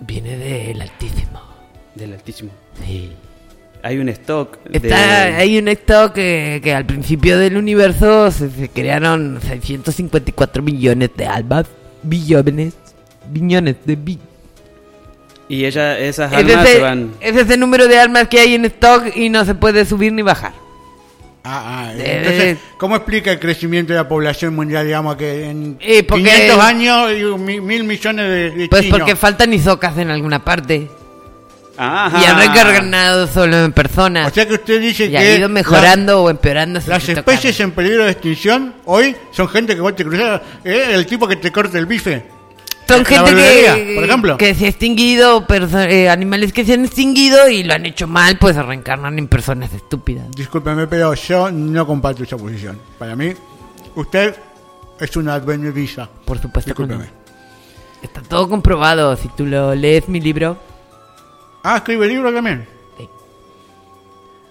viene del altísimo. Del Altísimo. Sí. Hay un stock de... Está, Hay un stock que, que al principio del universo se, se crearon 654 millones de almas. Billones. Billones de bi- Y ella, esas Es almas se ese, van... es ese número de almas que hay en stock y no se puede subir ni bajar. Ah, ah, De- entonces, ¿cómo explica el crecimiento de la población mundial, digamos, que en Eh, porque- 500 años y un mi- mil millones de, de Pues chinos? porque faltan izocas en alguna parte. Ajá. Y habrá ganado solo en personas. O sea que usted [laughs] dice y que... ha ido la- mejorando o empeorando. sin las que especies en peligro de extinción hoy son gente que vos te cruzás, eh, el tipo que te corta el bife. Son La gente que, verdulería, por ejemplo. que se ha extinguido, perso- eh, animales que se han extinguido y lo han hecho mal, pues se reencarnan en personas estúpidas. Discúlpeme, pero yo no comparto esa posición. Para mí, usted es una advenediza. Por supuesto que no. Discúlpeme. Está todo comprobado. Si tú lo lees mi libro, Ah, escribe libro también.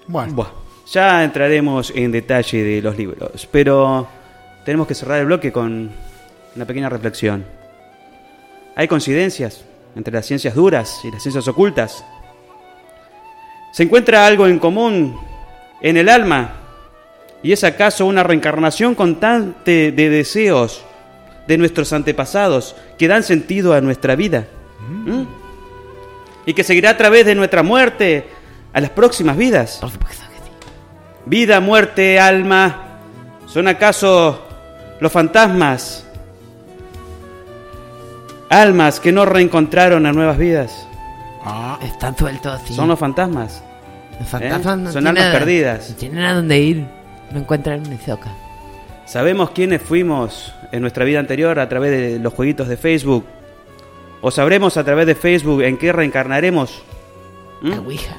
Bueno. Buah. Ya entraremos en detalle de los libros, pero tenemos que cerrar el bloque con una pequeña reflexión. ¿Hay coincidencias entre las ciencias duras y las ciencias ocultas? ¿Se encuentra algo en común en el alma ¿Y es acaso una reencarnación constante de deseos de nuestros antepasados que dan sentido a nuestra vida? ¿Mm? Y que seguirá a través de nuestra muerte a las próximas vidas. Vida, muerte, alma. ¿Son acaso los fantasmas? Almas que no reencontraron a nuevas vidas. Ah, Están sueltos así. Son los fantasmas. Los fantasmas ¿Eh? no Son tienen almas a- perdidas. no tienen a dónde ir. No encuentran ni soca. Sabemos quiénes fuimos en nuestra vida anterior a través de los jueguitos de Facebook. O sabremos a través de Facebook en qué reencarnaremos. ¿Mm? La Ouija.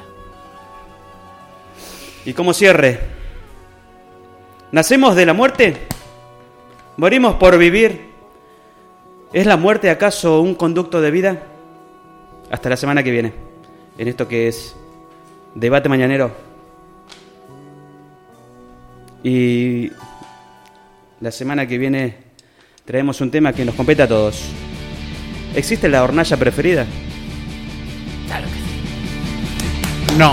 Y como cierre. ¿Nacemos de la muerte? ¿Morimos por vivir? ¿Es la muerte acaso un conducto de vida? Hasta la semana que viene. En esto que es debate mañanero. Y la semana que viene traemos un tema que nos compete a todos. ¿Existe la hornalla preferida? Claro que sí. No.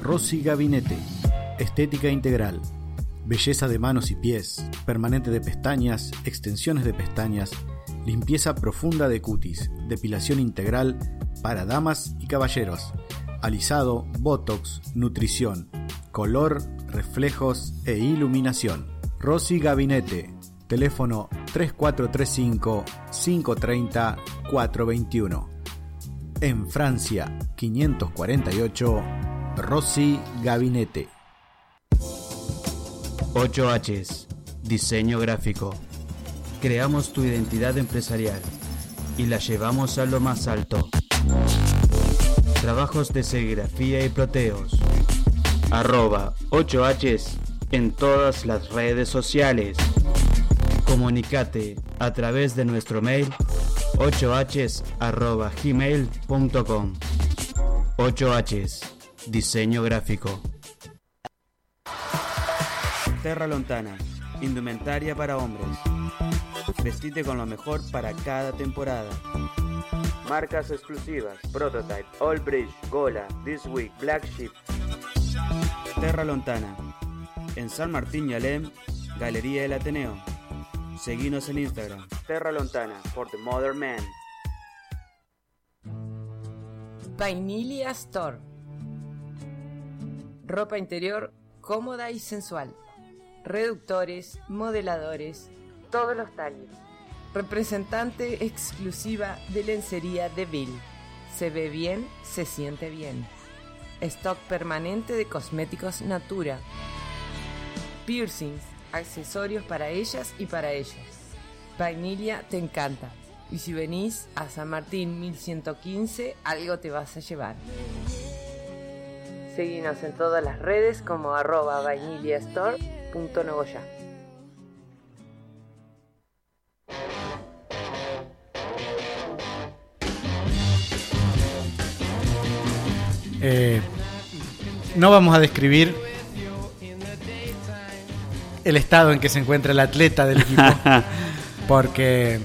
Rosy Gabinete. Estética integral. Belleza de manos y pies. Permanente de pestañas. Extensiones de pestañas. Limpieza profunda de cutis. Depilación integral para damas y caballeros. Alisado, botox, nutrición, color, reflejos e iluminación. Rosy Gabinete. Teléfono 3435 530 421. En Francia 548. Rossi Gabinete. 8Hs, diseño gráfico. Creamos tu identidad empresarial y la llevamos a lo más alto. Trabajos de serigrafía y proteos. Arroba 8Hs en todas las redes sociales. Comunicate a través de nuestro mail 8Hs arroba gmail.com 8Hs, diseño gráfico. Terra Lontana, indumentaria para hombres. Vestite con lo mejor para cada temporada. Marcas exclusivas, Prototype, All Bridge, Gola, This Week, Black Sheep. Terra Lontana, en San Martín y Alem, Galería del Ateneo. Seguinos en Instagram. Terra Lontana, for the modern man. Vainilia Store. Ropa interior cómoda y sensual. Reductores, modeladores, todos los talles. Representante exclusiva de lencería de Bill. Se ve bien, se siente bien. Stock permanente de cosméticos Natura. Piercings, accesorios para ellas y para ellos. Vainilia te encanta. Y si venís a San Martín 1115, algo te vas a llevar. Seguinos en todas las redes como arroba vainiliastore.nogoya. Eh, no vamos a describir el estado en que se encuentra el atleta del [laughs] equipo. porque,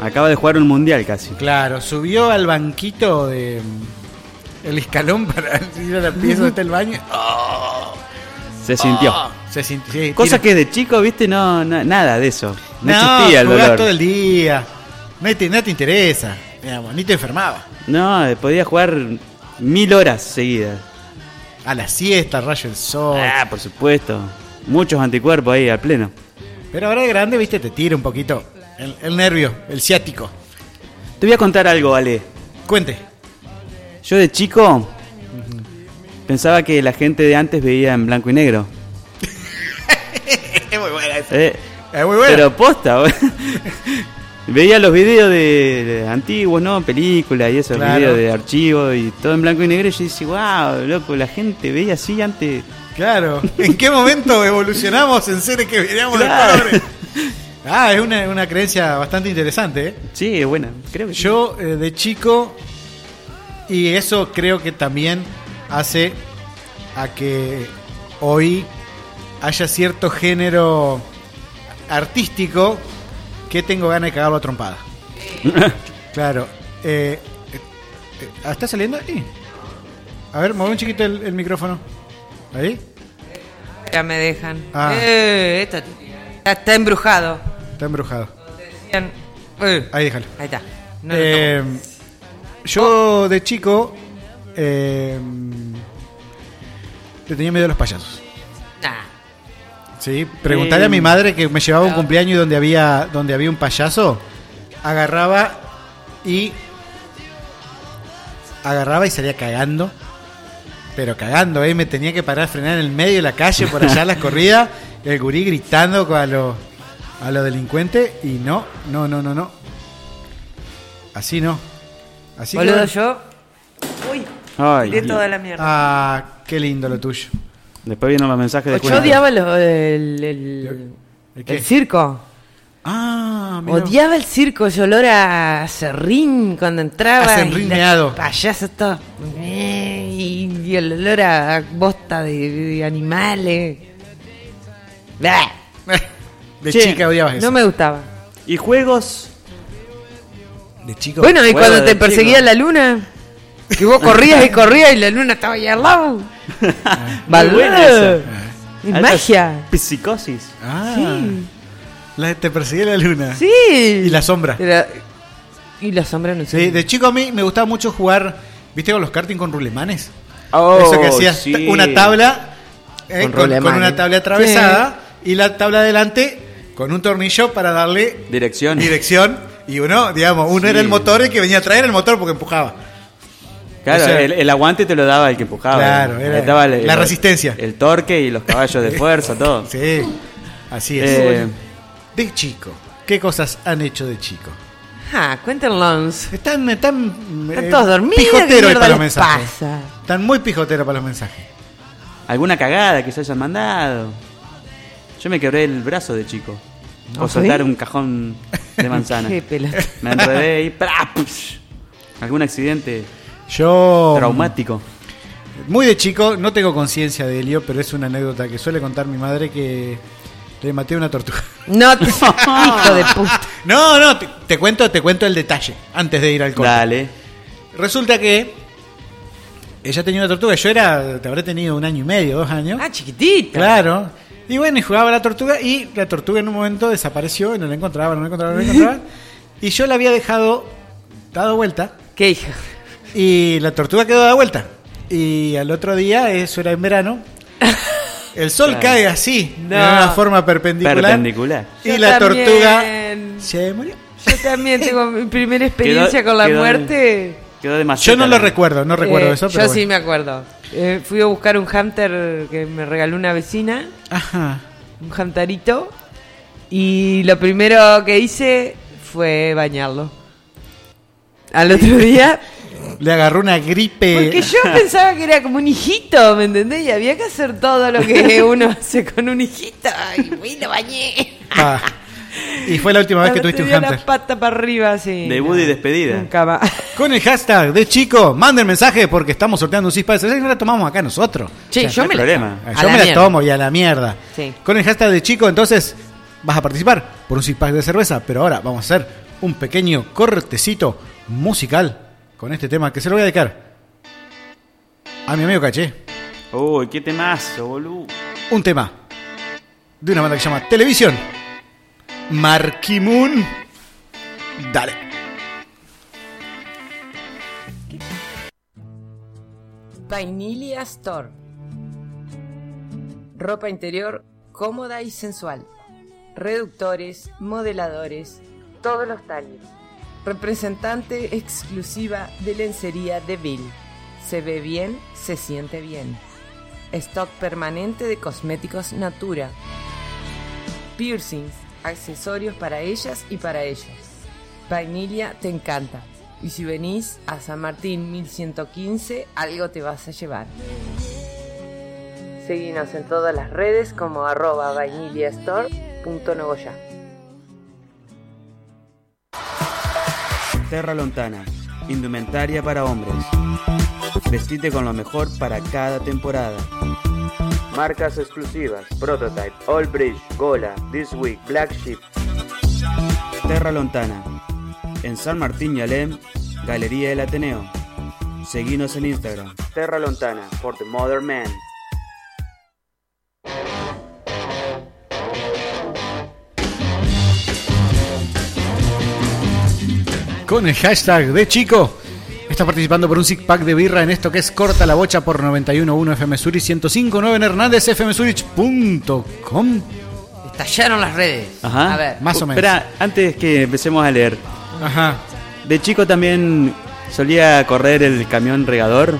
Acaba de jugar un mundial casi. claro, subió al banquito de mm, el escalón para [laughs] ir a la pieza donde está el baño. ¡Oh! Se sintió. ¡Oh! Se sintió. sí, Cosa tira- que de chico, viste, no, na- nada de eso. No, No, existía el jugás dolor. todo el día. No te, no te interesa. digamos, ni te enfermaba. No, eh, podía jugar mil horas seguidas. A la siesta, rayo el sol. Ah, por supuesto. Muchos anticuerpos ahí al pleno. Pero ahora de grande, viste, te tira un poquito el, el nervio, el ciático. Te voy a contar algo, Ale. Cuente. Yo de chico pensaba que la gente de antes veía en blanco y negro. [laughs] Es muy buena esa. Eh, Es muy buena. Pero posta, [laughs] bol- Veía los videos de, de antiguos, ¿no? Películas y esos Claro. videos de archivo y todo en blanco y negro. Y yo decía, wow, loco, la gente veía así antes. Claro. [laughs] ¿En qué momento evolucionamos en seres que veníamos de colores? Ah, es una, una creencia bastante interesante, ¿eh? Sí, es buena. Creo que Yo, eh, de chico, y eso creo que también hace a que hoy haya cierto género artístico que tengo ganas de cagarlo a [laughs] trompada. Ah, Ah, claro. eh, eh, eh, ¿Está saliendo? Sí. A ver, mueve un chiquito el, el micrófono. ¿Ahí? Ya me dejan. Ah. Eh, esta- está, está embrujado. Está embrujado. Decían, eh, Ahí déjalo. Ahí está. No lo Eh, yo de chico eh, le tenía miedo a los payasos. Nah. Sí, preguntarle Eh, a mi madre que me llevaba un cumpleaños donde había donde había un payaso, agarraba y agarraba y salía cagando. Pero cagando, ¿eh? me tenía que parar, frenar en el medio de la calle por allá [laughs] a las corridas, el gurí gritando a los a los delincuentes y no, no, no, no, no. Así no. Así Boludo, bueno. yo. Uy, Ay, de Dios. toda la mierda. Ah, qué lindo lo tuyo. [laughs] Después vienen los mensajes de Yo Julián. odiaba lo- el, el- qué? el circo. Ah, mira. Odiaba el circo, ese olor a serrín cuando entraba. A y serrineado. los Payasos todos. eh, Y, y el olor a bosta de, de animales. Bah. De Che, chica odiabas eso. No me gustaba. ¿Y juegos? De chico. Bueno, y Juego cuando de te perseguía chico. la luna, que vos corrías y corrías y la luna estaba ahí al [laughs] lado. Boludo. buena esa. Y Altas magia. Psicosis. Ah. Sí. La, te perseguía la luna. Sí. Y la sombra. Era- y la sombra no Sí, de chico a mí me gustaba mucho jugar, ¿viste con los karting con rulemanes? Oh, Eso que hacías sí. ta- una tabla eh, Con con, con rulemanes. una tabla atravesada y la tabla adelante con un tornillo para darle Dirección. dirección y uno, digamos, uno Sí. era el motor y el que venía a traer el motor porque empujaba. Claro, O sea, el, el aguante te lo daba el que empujaba. Claro, era Estaba la resistencia. El torque y los [laughs] caballos de fuerza, todo. Sí, así es. Eh, de chico, ¿qué cosas han hecho de chico? Ah, cuéntenlos. Están, están, Están eh, todos dormidos. ¿qué mierda pijoteros Eh, para pues. los les mensajes. pasa? Están muy pijoteros para los mensajes. ¿Alguna cagada que se hayan mandado? Yo me quebré el brazo de chico. Por ¿Ah, ¿Sí? soltar un cajón [laughs] de manzana. Qué pelota. Me enredé y ¡pra! ¡push! ¿Algún accidente Yo. traumático? Muy de chico, no tengo conciencia de ello, pero es una anécdota que suele contar mi madre que le maté una tortuga. [laughs] [laughs] No, te- hijo de puta. No, no, te, te cuento, te cuento el detalle antes de ir al corte. Dale. Resulta que ella tenía una tortuga, yo era, te habré tenido un año y medio, dos años. Ah, chiquitita. Claro. Y bueno, y jugaba a la tortuga y la tortuga en un momento desapareció y no la encontraba, no la encontraba, no la [laughs] encontraba. y yo la había dejado dado vuelta. ¿Qué hija? Y la tortuga quedó dada vuelta. Y al otro día, eso era [laughs] en verano, el sol Claro. cae así, de No. una forma perpendicular. Perpendicular. Y Yo la también. tortuga se murió. Yo también tengo mi primera experiencia Quedó- con la quedó- muerte. Quedó Yo demasiado. no lo recuerdo, no recuerdo Eh, eso, Yo pero sí bueno. me acuerdo. Eh, fui a buscar un hamster que me regaló una vecina. Ajá. Un hamsterito. Y lo primero que hice fue bañarlo. Al [laughs] otro día. Le agarró una gripe. Porque yo pensaba que era como un hijito, ¿me entendés? Y había que hacer todo lo [laughs] que uno hace con un hijito. Y fui y lo bañé. Pa. Y fue la última vez que Al tuviste otro un día la hamster. pata para arriba, así. Debut y despedida. Con el hashtag de chico, manden mensaje porque estamos sorteando un cispa de cerveza y no la tomamos acá nosotros. Sí, yo no me hay la problema. tomo. Yo A la me la mierda. tomo y a la mierda. Sí. Con el hashtag de chico, entonces vas a participar por un six pack de cerveza, pero ahora vamos a hacer un pequeño cortecito musical con este tema que se lo voy a dedicar a mi amigo Caché. Uy, qué temazo, boludo. Un tema de una banda que se llama Televisión. Marquimoon. Dale. Vainilia Store. Ropa interior cómoda y sensual. Reductores, modeladores, todos los talles. Representante exclusiva de lencería de Bill. Se ve bien, se siente bien. Stock permanente de cosméticos Natura. Piercings, accesorios para ellas y para ellos. Vainilia te encanta. Y si venís a San Martín 1115, algo te vas a llevar. Seguinos en todas las redes como arroba vainiliastore.nogoya. Terra Lontana, indumentaria para hombres. Vestite con lo mejor para cada temporada. Marcas exclusivas, Prototype, All Bridge, Gola, This Week, Black Sheep. Terra Lontana, en San Martín y Alem, Galería El Ateneo. Seguinos en Instagram, Terra Lontana, for the Mother Man. Con el hashtag de Chico, estás participando por un zig pack de birra en esto que es Corta la Bocha por 911 FM Zurich 1059 en Hernández [laughs] fmsurich.com. Estallaron las redes. Ajá. A ver. Uh, Espera, antes que empecemos a leer. Ajá. De chico también solía correr el camión regador.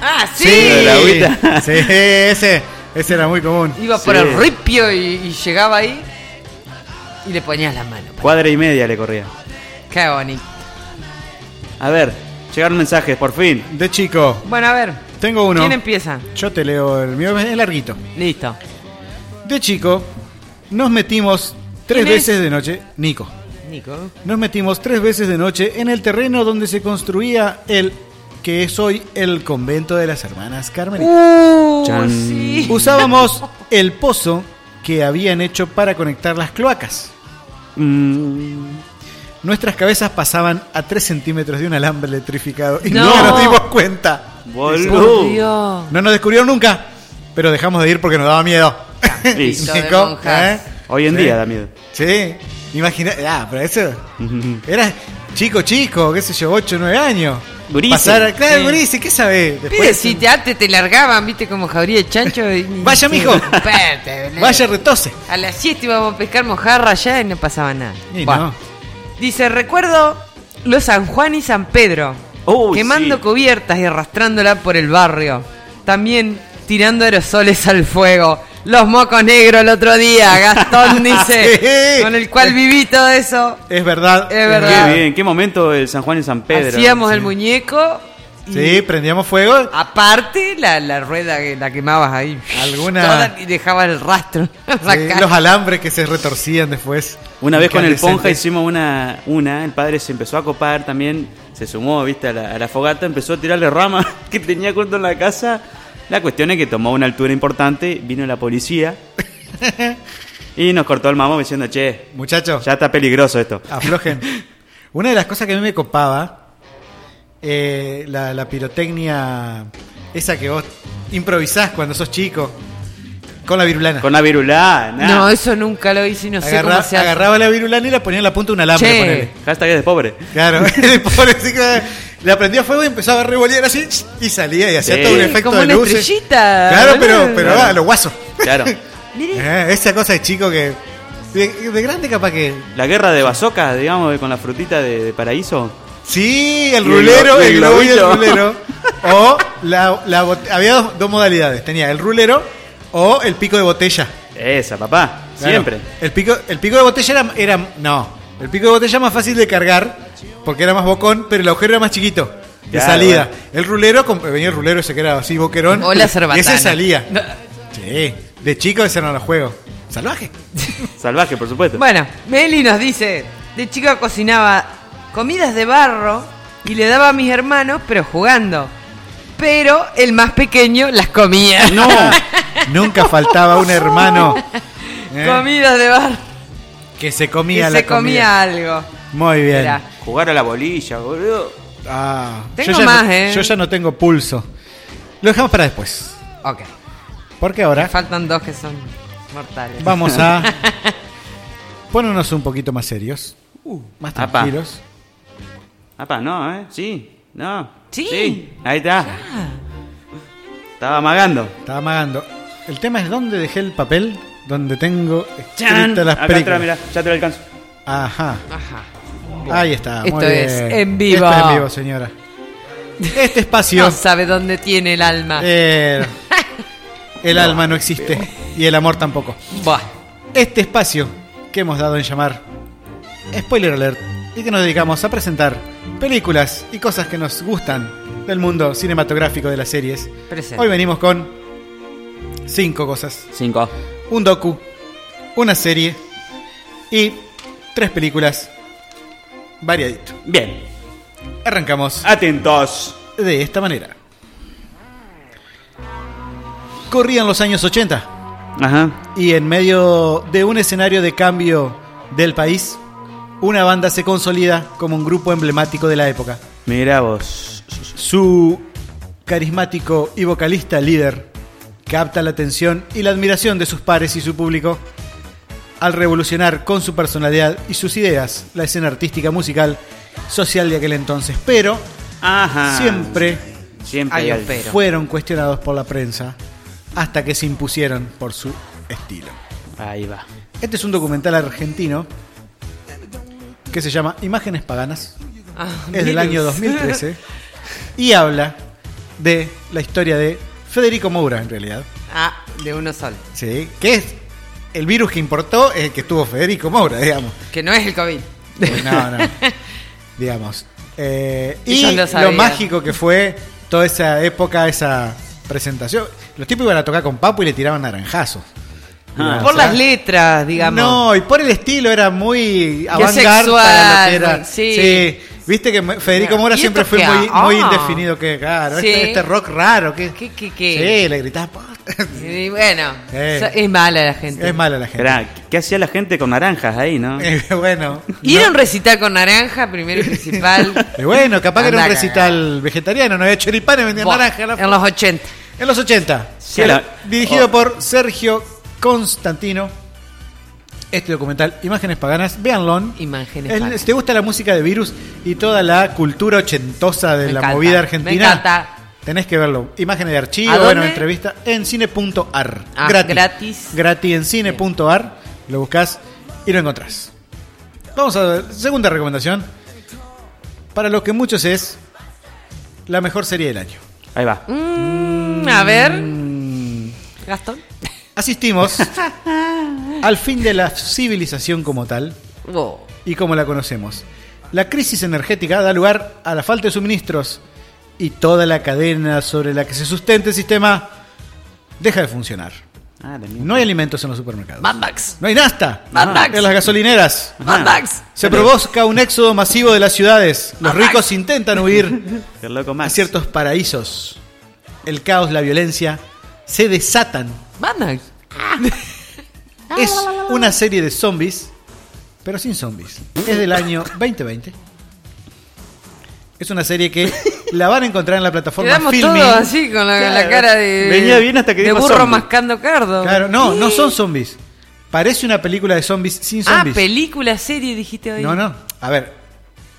Ah, sí. De la agüita. [laughs] Sí, ese, ese era muy común. Iba por Sí. el ripio y, y llegaba ahí y le ponías la mano. Cuadra y media le corría. Qué bonito. A ver, llegaron mensajes, por fin. De chico. Bueno, a ver. Tengo uno. ¿Quién empieza? Yo te leo el mío, es larguito. Listo. De chico, nos metimos tres ¿Quién es? veces de noche. Nico. Nico. Nos metimos tres veces de noche en el terreno donde se construía el que es hoy el convento de las hermanas Uh, [laughs] Carmelitas. Chan. Uh. sí. Usábamos el pozo que habían hecho para conectar las cloacas. Mm, Nuestras cabezas pasaban a 3 centímetros de un alambre electrificado y no, No. nos dimos cuenta. Por Dios. No nos descubrieron nunca, pero dejamos de ir porque nos daba miedo. [laughs] Campito de monjas. Hoy en día da miedo. ¿eh? Sí, imagina, ah, pero eso era chico, chico, qué sé yo, 8, 9 años. Gurises. Pasar a- claro, Sí. gurises, ¿qué sabés? Pide, si te antes te largaban, viste, como jauría de chancho. y- Vaya, mijo. [laughs] Espérate, boludo. Vaya retose. A las 7 íbamos a pescar mojarra allá y no pasaba nada. Y Buah. no. Dice, recuerdo los San Juan y San Pedro, quemando cubiertas y arrastrándola por el barrio. También tirando aerosoles al fuego. Los mocos negros el otro [laughs] día, Gastón dice, Sí. con el cual viví todo eso. Es verdad. Es verdad. Qué bien, qué momento el San Juan y San Pedro. Hacíamos el muñeco. y Sí, prendíamos fuego. Aparte, la, la rueda que la quemabas ahí. Alguna- Toda- y dejaba el [laughs] rastro. en la Sí, calle. Eh, los alambres que se retorcían después. Una vez con el Ponja Incandescentes. hicimos una, una, el padre se empezó a copar también, se sumó, viste, a la, a la fogata, empezó a tirarle ramas [laughs] que tenía corto en la casa. La cuestión es que tomó una altura importante, vino la policía y nos cortó el mamón diciendo, che, muchachos, ya está peligroso esto. Aflojen. Una de las cosas que a mí me copaba, eh, la, la pirotecnia, esa que vos improvisás cuando sos chico, con la virulana. Con la virulana. No, eso nunca lo hice y no sé Agarra- cómo se hace. agarraba la virulana y la ponía en la punta de un alambre. Che. ponele. Hashtag es de pobre. Claro, [laughs] el pobre sí que le prendía fuego y empezaba a revolver así y salía y hacía Sí. todo un Sí, efecto como de una luces. estrellita, Claro, boludo. pero, pero Claro. a lo guaso. Claro. Eh, esa cosa de chico que. De, de grande capaz que. La guerra de bazocas, digamos, con la frutita de, de paraíso. Sí, el Y el rulero, glo- y el el globo y el globito. rulero. [laughs] O la, la bot- había dos, dos modalidades. Tenía el rulero o el pico de botella. Esa, papá, Claro. siempre. El pico, el pico de botella era, era- No. El pico de botella era más fácil de cargar porque era más bocón, pero el agujero era más chiquito. De Claro, salida. bueno. El rulero, con- venía el rulero ese que era así, boquerón. O la Y cerbatana. ese salía. Sí. De chico ese no los juegos. Salvaje. Salvaje, por supuesto. Bueno, Meli nos dice, de chica cocinaba comidas de barro y le daba a mis hermanos, pero jugando. Pero el más pequeño las comía. No, [laughs] nunca faltaba un hermano eh, [laughs] comidas de barro. que se Que comía la se comía algo. comida. Muy bien. Mirá. Jugar a la bolilla, boludo. Ah, Tengo yo ya más, no, ¿eh? Yo ya no tengo pulso. Lo dejamos para después. Ok. Porque ahora Faltan dos que son mortales. vamos [laughs] a ponernos un poquito más serios, Uh, más Apa. tranquilos. Apa, no, ¿eh? Sí, no. Sí. Ahí está. Estaba amagando. Estaba amagando. El tema es dónde dejé el papel, donde tengo ¡Chan! escritas las Acá atrás, películas. mirá, ya te lo alcanzo. Ajá. Ajá. Ahí está. muy Esto es bien. en vivo. Esto es en vivo, señora. Este [laughs] espacio. No sabe dónde tiene el alma. [laughs] Eh, el alma no existe y el amor tampoco. Este espacio que hemos dado en llamar Spoiler Alert y que nos dedicamos a presentar películas y cosas que nos gustan del mundo cinematográfico de las series. Presente. Hoy venimos con cinco cosas. Cinco. Un docu, una serie y tres películas. Variadito. Bien. Arrancamos. Atentos. De esta manera. Corrían los años 80. Ajá. Y en medio de un escenario de cambio del país, una banda se consolida como un grupo emblemático de la época. Mirá vos. Su carismático y vocalista líder capta la atención y la admiración de sus pares y su público al revolucionar con su personalidad y sus ideas la escena artística musical social de aquel entonces. Pero Ah, siempre, Siempre hay un pero. fueron cuestionados por la prensa hasta que se impusieron por su estilo. Ahí va. Este es un documental argentino que se llama Imágenes Paganas. Ah, es del Virus. [laughs] año 2013 y habla de la historia de Federico Moura, en realidad. Ah, de uno solo. Sí, que es el virus que importó, es el que estuvo Federico [laughs] Moura, digamos. Que no es el COVID. No, no. digamos. Eh, y Yo no lo, sabía. mágico que fue toda esa época, esa presentación. Los tipos iban a tocar con Papo y le tiraban naranjazos. Ah, [laughs] Digamos, Por o sea, las letras, digamos. No, y por el estilo era muy avant-garde sexual, para lo que era. güey, sí. Viste que me- Federico Claro. Mora ¿Y siempre esto fue qué? muy, muy Ah. indefinido, que claro, Sí. este, este rock raro, que ¿Qué, qué, sí, qué? le gritaba, "Pa". [laughs] Y bueno, Eh. so- es mala la gente. mala la gente. ¿Qué hacía la gente con naranjas ahí, no? [laughs] Eh. bueno. Ir a un recital con naranja, primero y principal. [laughs] Y Eh, bueno, capaz que era un Anda, recital vegetariano, no había choripanes, vendían Buah, Em- naranja. en los 80. En los 80. Sí, la- Dirigido oh. por Sergio Constantino. Este documental, Imágenes Paganas, véanlo. Imágenes El- Paganas. Si te gusta la música de Virus y toda la cultura ochentosa de Me la encanta, movida Me argentina, encanta. tenés que verlo. Imágenes de ¿A archivo, dónde? bueno, entrevista en cine.ar. Ah, gratis. gratis. Gratis en cine.ar. Lo buscas y lo encontrás. Vamos a ver, segunda recomendación. Para los que muchos es la mejor serie del año. Ahí va. Mm, a ver, Mm. Gastón. [laughs] Asistimos al fin de la civilización como tal y como la conocemos. La crisis energética da lugar a la falta de suministros y toda la cadena sobre la que se sustenta el sistema deja de funcionar. Ah, No hay alimentos en los supermercados. No hay nafta. Mad Max. En las gasolineras. Mad Max. Se provoca un éxodo masivo de las ciudades. Los ricos intentan huir a ciertos paraísos. El caos, la violencia se desatan. Ah, Es una serie de zombies, pero sin zombies. Es [laughs] del año 2020. Es una serie que la van a encontrar en la plataforma Quedamos Filmin. todos así con la, la Claro. cara de, de burro mascando cardo. Claro, no, Sí. no son zombies. Parece una película de zombies sin Ah, zombies. película, serie dijiste hoy. No, no. A ver,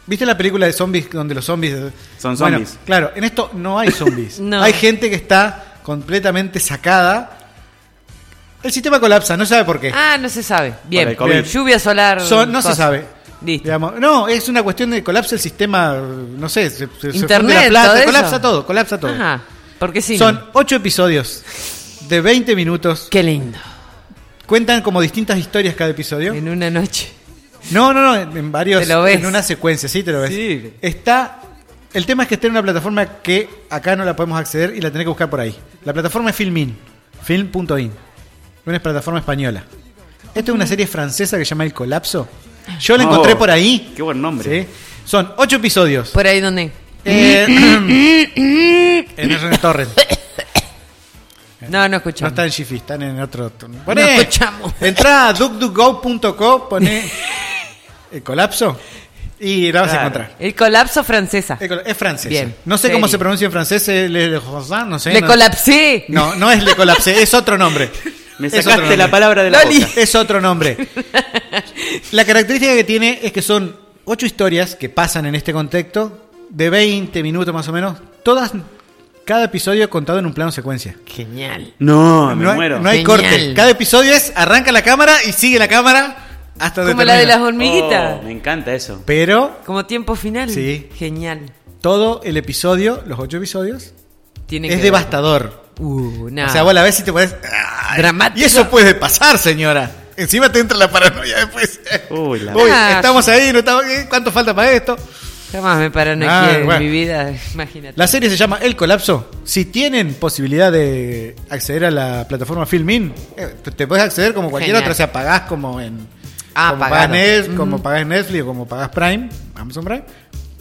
¿viste la película de zombies donde los zombies Son Bueno, zombies. claro, en esto no [laughs] hay zombies. No. Hay gente que está completamente sacada. El sistema colapsa, no sabe por qué. Ah, no se sabe. Bien. Por el COVID. Lluvia solar. Son- no cosa. se sabe. Digamos, no, es una cuestión de colapsa el sistema, no sé, se, se- se funde Internet, la plata, todo eso. colapsa todo, colapsa todo. Ajá. Porque sí. Son ocho episodios de 20 minutos. Qué lindo. Cuentan como distintas historias cada episodio. En una noche. No, no, no, en en varios. Te lo ves. En una secuencia, sí, te lo ves. Está. El tema es que está en una plataforma que acá no la podemos acceder y la tenés que buscar por ahí. La plataforma es Filmin. Film.in. Una plataforma española. Esta es una serie francesa que se llama El Colapso. Yo la Oh, encontré por ahí. Qué buen nombre. ¿sí? Son ocho episodios. [coughs] Eh, ¿Por ahí dónde? [clears throat] en el torrent. No, no escuchamos. No están en Shifi, están en otro. No escuchamos. Entrá a duckduckgo.co, [laughs] poné el eh, colapso y la vas a Claro. encontrar. Eh, El colapso francesa. Es francesa. Bien. No sé cómo se Serie. pronuncia en francés, eh, le, le- José, no sé. Le no- colapsé. No, no es le colapsé, es otro nombre. Me Es otro sacaste nombre. la palabra de la Loli. boca. Es [laughs] otro nombre. La característica que tiene es que son ocho historias que pasan en este contexto de 20 minutos más o menos, todas cada episodio contado en un plano secuencia. Genial. No, me no hay, muero. no hay corte. Cada episodio es arranca la cámara y sigue la cámara hasta donde Como la de termina. las hormiguitas. Oh, me encanta eso. Pero Como tiempo final. Sí. Genial. todo el episodio, los ocho episodios, Tienen es que devastador. Uh, no. O sea, vos la ves y te pones. ¡ay! Y eso puede pasar, señora. Encima te entra la paranoia después. Uy, la Uy, Ah, estamos ahí, no estamos- ¿eh? ¿cuánto falta para esto? Jamás me paranoia Ah, en bueno. mi vida. Imagínate. La serie se llama El Colapso. Si tienen posibilidad de acceder a la plataforma Filmin, eh, te puedes acceder como cualquier Genial. otra, o sea, pagás como en Ah, como pagás, pagado. Net- Mm. como pagás Netflix o como pagás Prime, Amazon Prime,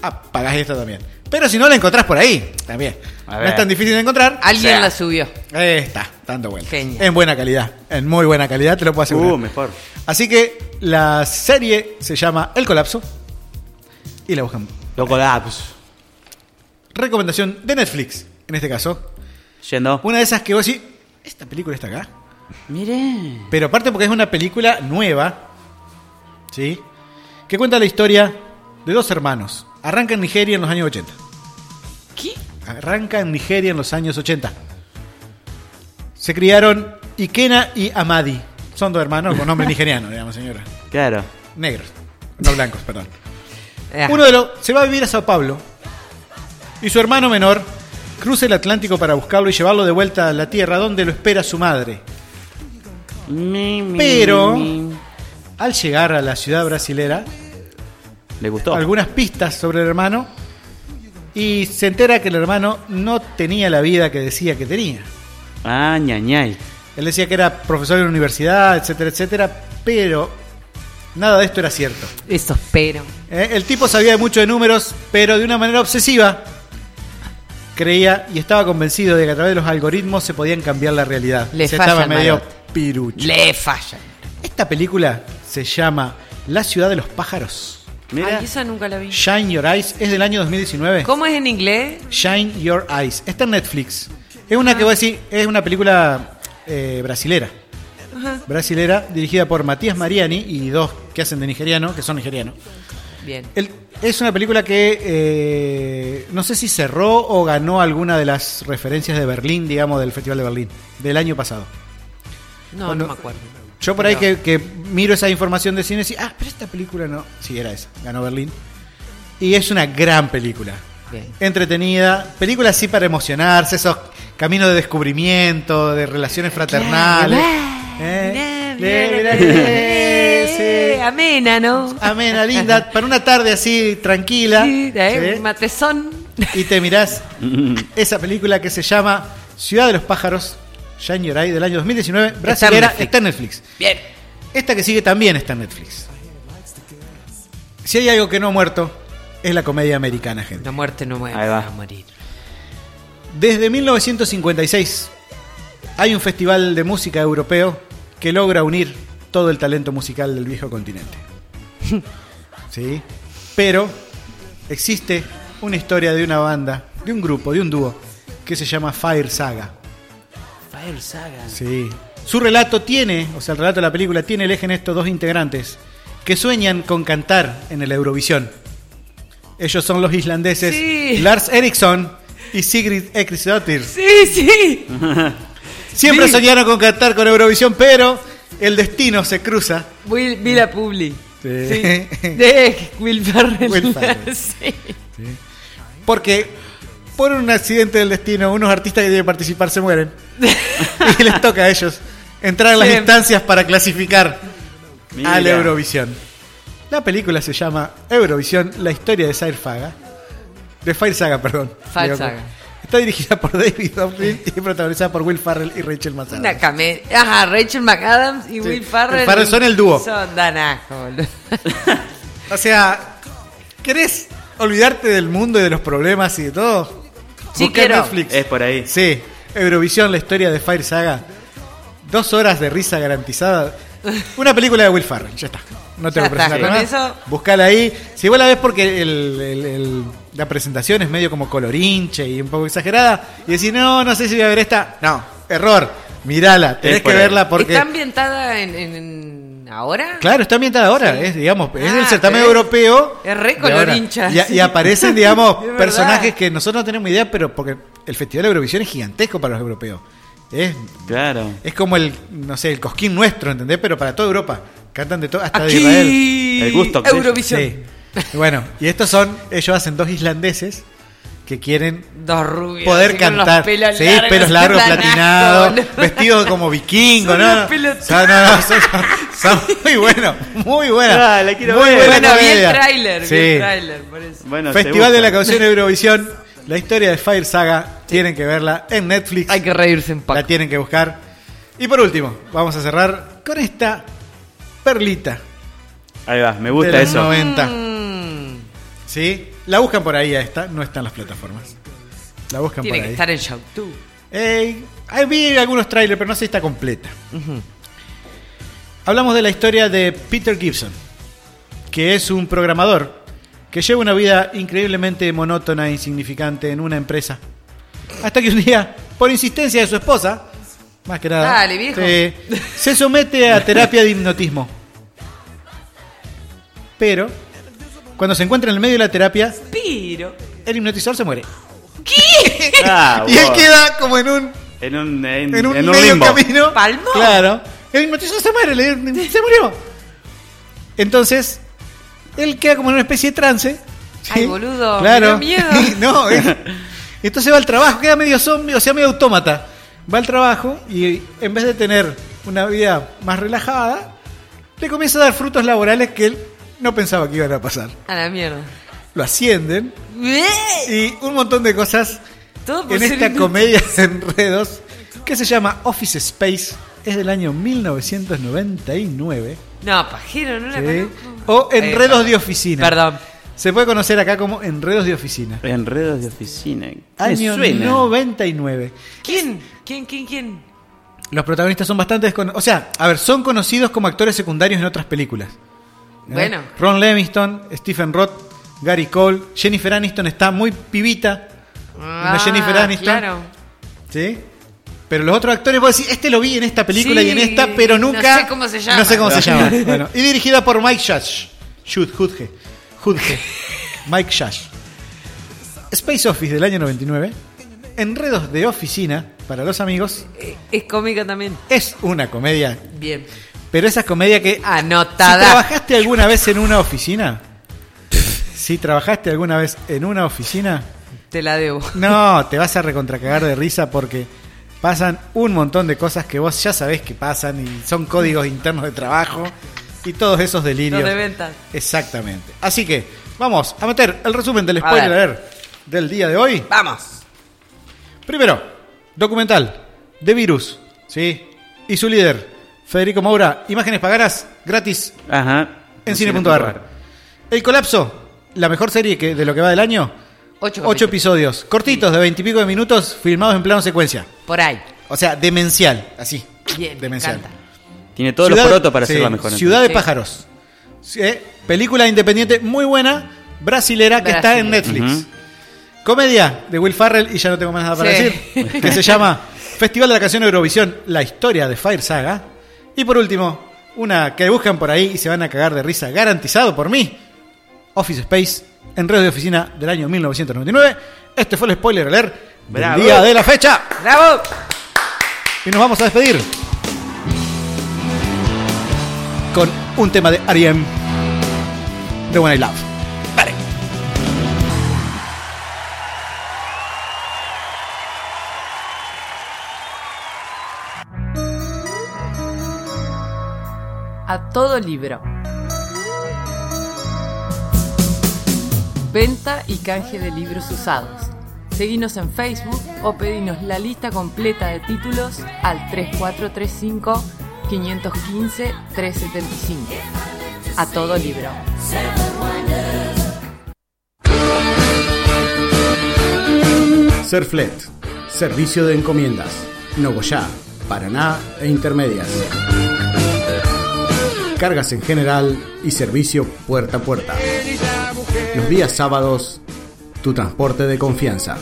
ah, pagás esta también. Pero si no la encontrás por ahí, también. A No ver. es tan difícil de encontrar. Alguien O sea, la subió. eh, está, dando vueltas. Genial. En buena calidad, en muy buena calidad, te lo puedo asegurar. Uh, mejor. Así que la serie se llama El Colapso y la buscan. Lo colapso. recomendación de Netflix, en este caso. Yendo. Una de esas que vos decís, esta película está acá. Mire. Pero aparte porque es una película nueva, ¿sí? Que cuenta la historia de dos hermanos. Arranca en Nigeria en los años 80. ¿Qué? Arranca en Nigeria en los años 80. Se criaron Ikena y Amadi. Son dos hermanos con nombre nigeriano, digamos, señora. Claro. Negros. No blancos, perdón. Uno de los se va a vivir a Sao Paulo. Y su hermano menor cruza el Atlántico para buscarlo y llevarlo de vuelta a la Tierra, donde lo espera su madre. Pero al llegar a la ciudad brasilera, Le gustó. algunas pistas sobre el hermano y se entera que el hermano no tenía la vida que decía que tenía. Ah, ñañay. Él decía que era profesor en la universidad, etcétera, etcétera, pero nada de esto era cierto. Eso espero. Eh, El tipo sabía de mucho de números, pero de una manera obsesiva creía y estaba convencido de que a través de los algoritmos se podían cambiar la realidad. Le se falla estaba el medio malote. pirucho. Le falla. Esta película se llama La ciudad de los pájaros. Mira. Ay, esa nunca la vi. Shine Your Eyes es del año 2019. ¿Cómo es en inglés? Shine Your Eyes. Está en Netflix. Es una que voy a decir, es una película eh, brasilera. Ajá. Brasilera, dirigida por Matías Mariani y dos que hacen de nigeriano, que son nigerianos. Bien. El- es una película que eh, no sé si cerró o ganó alguna de las referencias de Berlín, digamos, del Festival de Berlín, del año pasado. No, Cuando- no me acuerdo. Yo por ahí Pero- que, que miro esa información de cine y ah, pero esta película no. Sí, era esa, ganó Berlín. Y es una gran película. Bien. Entretenida, película así para emocionarse, esos caminos de descubrimiento, de relaciones fraternales. ¿eh? Ah, Mirá, mirá, mirá, Eh, Amena, ¿no? Amena, linda, para una tarde así tranquila. Sí, eh, ¿sí? un matezón. Y te mirás esa película que se llama Ciudad de los Pájaros, Shine Your Eye, del año 2019, brasilera, Netflix. está en Netflix. Bien. Esta que sigue también está en Netflix. Si hay algo que no ha muerto, es la comedia americana, gente. La muerte no muere. Ahí va. a morir. Desde 1956 hay un festival de música europeo que logra unir todo el talento musical del [laughs] viejo continente. ¿Sí? Pero existe una historia de una banda, de un grupo, de un dúo, que se llama Fire Saga. Fire Saga. Sí. Su relato tiene, o sea, el relato de la película tiene el eje en estos dos integrantes que sueñan con cantar en el Eurovisión. Ellos son los islandeses Sí. Lars Eriksson y Sigrid Ekristottir. Sí, sí. Siempre Sí. soñaron con cantar con Eurovisión, pero el destino se cruza. Will, vi la publi. Sí. Sí. [laughs] De Will Ferrell. [laughs] Will Ferrell. Sí. Porque por un accidente del destino, unos artistas que deben participar [laughs] se mueren. y les toca a ellos entrar a las Sí. instancias para clasificar Mira. al Eurovisión. La película se llama Eurovisión, la historia de Fire Saga. De Fire Saga, perdón. Fire Digo, Saga. Está dirigida por [laughs] David Dublin y protagonizada por Will Farrell y Rachel Mazar. Una camé. Ajá, Rachel McAdams y Will Ferrell. Ferrell son el dúo. Son danajo, boludo. O sea, ¿querés olvidarte del mundo y de los problemas y de todo? Sí, Busca quiero. Netflix. Es por ahí. Sí, Eurovisión, la historia de Fire Saga. Dos horas de risa garantizada. Una película de Will Ferrell, ya está. No te Ya voy a presentar está, con nada más. eso- Buscala ahí. Si vos la ves porque el- el- el- la presentación es medio como colorinche y un poco exagerada, y decís, no, no sé si voy a ver esta. No, error. Mirala, tenés por que ahí. verla porque... ¿Está ambientada en, en- en- ahora? Claro, está ambientada ahora, es, digamos, es Ah, el certamen pero es- europeo. es re de ahora. colorincha, Y, a- y sí. aparecen, [laughs] digamos, Es verdad. personajes que nosotros no tenemos idea, pero porque el Festival de Eurovisión es gigantesco para los europeos. Es, Claro. es como el, no sé, el cosquín nuestro, ¿entendés? Pero para toda Europa. Cantan de todo, hasta Aquí, de Israel. El gusto que Eurovisión. Sí. Bueno, y estos son, ellos hacen dos islandeses que quieren Dos rubios. poder así con los cantar. pelos sí, largos, pelos largos, danaco, [laughs] platinados, ¿no? vestidos como vikingo, Son ¿no? los pelos- O sea, no, no, son, son- son muy buenos, muy buenos. Ah, la quiero muy ver. [laughs] buena Bueno, vi el comedia. tráiler, Sí. vi el tráiler, por eso. Bueno, se Festival de busca. la canción Eurovisión, la historia de Fire Saga, tienen que verla en Netflix. Hay que reírse en paz. La tienen que buscar. Y por último, vamos a cerrar con esta perlita Ahí va, me de gusta los eso. 90. Mm. ¿Sí? La buscan por ahí a esta, no está en las plataformas. La buscan Tiene por que ahí. estar en Shoutu. Eh, ahí vi algunos trailers, pero no sé si está completa. Hablamos de la historia de Peter Gibson, que es un programador que lleva una vida increíblemente monótona e insignificante en una empresa. Hasta que un día, por insistencia de su esposa, más que nada, Dale, viejo. Se, se somete a terapia de hipnotismo. Pero, cuando se encuentra en el medio de la terapia, Piro. el hipnotizador se muere. ¿Qué? [laughs] Ah, [laughs] y él bueno. queda como en un, En un, en, en un, en un medio limbo. camino. ¿Palmo? Claro. El hipnotizador se muere, le- se murió. Entonces, él queda como en una especie de trance. Ay, ¿sí? boludo. Claro. Me dio miedo. [laughs] no, es- entonces va al trabajo, queda medio zombie, o sea, medio autómata. Va al trabajo y en vez de tener una vida más relajada, le comienza a dar frutos laborales que él no pensaba que iban a pasar. A la mierda. Lo ascienden y un montón de cosas Todo por en ser esta inútil. comedia [laughs] de enredos que se llama Office Space. Es del año 1999. No, pajero, no la ¿sí? conozco. O Enredos Eh, de Oficina. Perdón. Se puede conocer acá como Enredos de Oficina. Enredos de oficina. Me Año suena. 99. ¿Quién? ¿Quién, quién, quién? ¿Eh? Los protagonistas son bastante desconocidos. O sea, a ver, son conocidos como actores secundarios en otras películas. ¿Eh? Bueno. Ron Livingston, Stephen Roth, Gary Cole, Jennifer Aniston está muy pibita. Ah, Jennifer Aniston. Claro. ¿Sí? Pero los otros actores, vos decís, este lo vi en esta película Sí, y en esta, pero no nunca. sé cómo se llama. No sé cómo se llama. Bueno, y dirigida por Mike Judge. Jude, Judge. Judge. [laughs] Mike Judge. Space Office del año 99. Enredos de oficina para los amigos. Eh, Es cómica también. Es una comedia. Bien. Pero esa comedia que. Anotada. Si trabajaste alguna vez en una oficina. si trabajaste alguna vez en una oficina. Te la debo. No, te vas a recontracagar de risa porque pasan un montón de cosas que vos ya sabés que pasan y son códigos internos de trabajo y todos esos delirios. Los de ventas. Exactamente. Así que vamos a meter el resumen del A spoiler del día de hoy. Vamos. Primero, documental de Virus, ¿sí? Y su líder, Federico Moura, imágenes pagadas gratis Ajá. en cine.ar. El colapso, la mejor serie que, de lo que va del año. Ocho, Ocho capítulos. episodios, cortitos de veintipico de minutos, filmados en plano secuencia. Por ahí. O sea, demencial, así. Bien. Me Demencial. encanta. Tiene todos Ciudad- los porotos para sí, hacer la mejor. Ciudad de entonces. Pájaros. Sí, eh, Película independiente muy buena, brasilera, que está en Netflix. Comedia de Will Farrell, y ya no tengo más nada para Sí. decir, que se llama Festival de la Canción Eurovisión, la historia de Fire Saga. Y por último, una que buscan por ahí y se van a cagar de risa, garantizado por mí, Office Space, Enredo de Oficina del año 1999. Este fue el spoiler alert del Bravo. día de la fecha. ¡Bravo! Y nos vamos a despedir con un tema de Ariem de One I Love. A todo libro. Venta y canje de libros usados. Seguinos en Facebook o pedinos la lista completa de títulos al 3435 515 375. A todo libro. Serflet, servicio de encomiendas. Nogoyá, Paraná e intermedias. Cargas en general y servicio puerta a puerta. Los días sábados, tu transporte de confianza.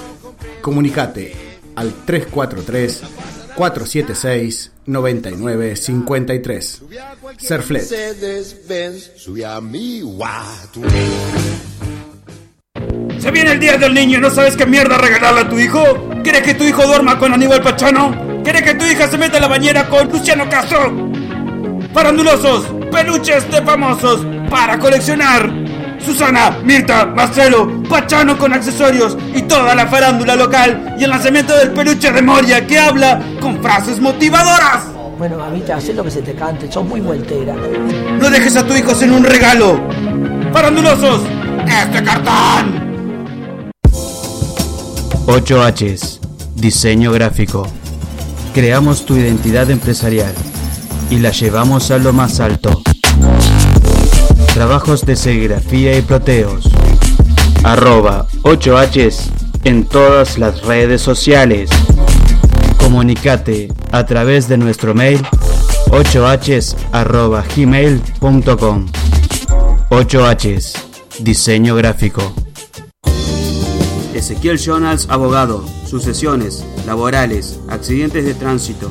Comunicate al 343-476-9953. Serflet. Se viene el día del niño y no sabes qué mierda regalarle a tu hijo. ¿Quieres que tu hijo duerma con Aníbal Pachano? ¿Quieres que tu hija se meta a la bañera con Luciano Castro? Farandulosos, peluches de famosos para coleccionar. Susana, Mirta, Marcelo, Pachano con accesorios y toda la farándula local y el lanzamiento del peluche de Moria que habla con frases motivadoras. Bueno, mamita, haz lo que se te cante, sos muy vueltera. No dejes a tu hijo sin un regalo. Farandulosos, este cartón. 8Hs, diseño gráfico. Creamos tu identidad empresarial y la llevamos a lo más alto. Trabajos de serigrafía y proteos. Arroba 8Hs en todas las redes sociales. Comunicate a través de nuestro mail 8Hs arroba gmail.com 8Hs Diseño gráfico. Ezequiel Jonas, abogado, sucesiones, laborales, accidentes de tránsito,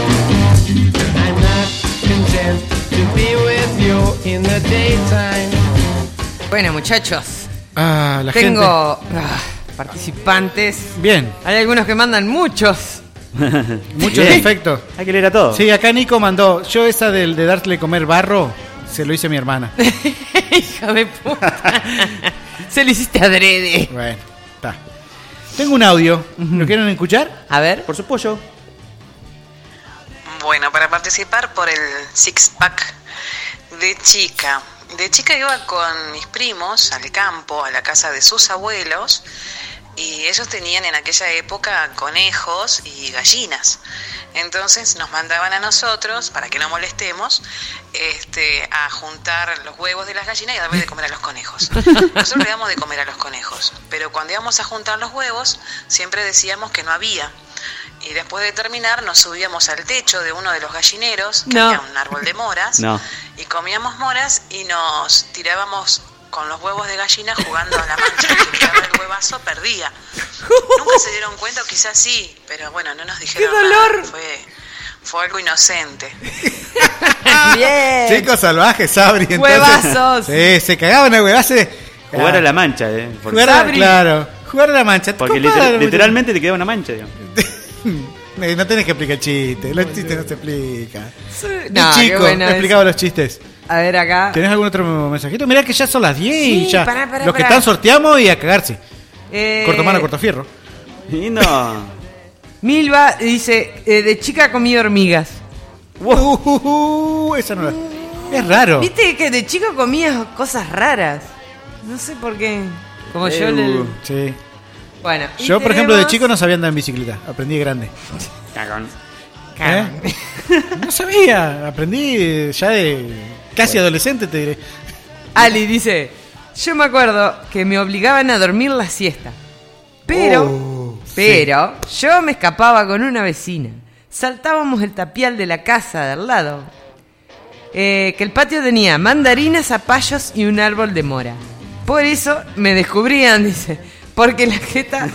I'm not content to be with you in the daytime. Bueno, muchachos. Ah, la tengo gente. ah, participantes. Bien. Hay algunos que mandan muchos. [laughs] Muchos Sí. defectos. Hay que leer a todos. Sí, acá Nico mandó. Yo esa del de darle comer barro, se lo hice a [laughs] mi hermana. Hija de [laughs] puta. Se lo hiciste adrede. Bueno, está. Tengo un audio. ¿Lo quieren escuchar? A ver. Por supuesto. Bueno, para participar por el six pack de chica. De chica iba con mis primos al campo, a la casa de sus abuelos, y ellos tenían en aquella época conejos y gallinas. Entonces nos mandaban a nosotros, para que no molestemos, este, a juntar los huevos de las gallinas y a darle de comer a los conejos. Nosotros le damos de comer a los conejos, pero cuando íbamos a juntar los huevos, siempre decíamos que no había. Y después de terminar nos subíamos al techo de uno de los gallineros, que No. había un árbol de moras, No. y comíamos moras y nos tirábamos con los huevos de gallina jugando a la mancha. El que tiraba el huevazo perdía. Nunca se dieron cuenta, o quizás sí, pero bueno, no nos dijeron dolor! nada. Fue, fue algo inocente. Ah, Bien. Chicos salvajes, Sabri. entonces. Huevazos. Sí, se cagaban a huevazos. Jugar Ah, a la mancha, eh. porque- Jugar a, claro. Jugar a la mancha. Porque Compadre, literal- muchacho. literalmente te queda una mancha, digamos. Eh, No tenés que explicar chistes. Los chistes no se explican. No, Ni qué chico, bueno te eso. explicaba los chistes. A ver acá. ¿Tenés algún otro mensajito? Mirá que ya son las 10 y Sí, ya. pará, pará, los que pará. están sorteamos y a cagarse. Eh, Cortomano, cortafierro. Y no. Milva dice, eh, de chica comí hormigas. Uh, esa no Es raro. Viste que de chico comías cosas raras. No sé por qué. Como yo en el- Sí. Bueno. y Yo, por ejemplo, de tenemos- chico no sabía andar en bicicleta. Aprendí de grande. Cagón. Cagón. ¿Eh? No sabía. Aprendí ya de casi adolescente, te diré. Ali dice, yo me acuerdo que me obligaban a dormir la siesta. Pero, Oh, pero, yo me escapaba con una vecina. Saltábamos el tapial de la casa de al lado. Eh, que el patio tenía mandarinas, zapallos y un árbol de mora. Por eso me descubrían, [laughs] dice, porque la [laughs] jeta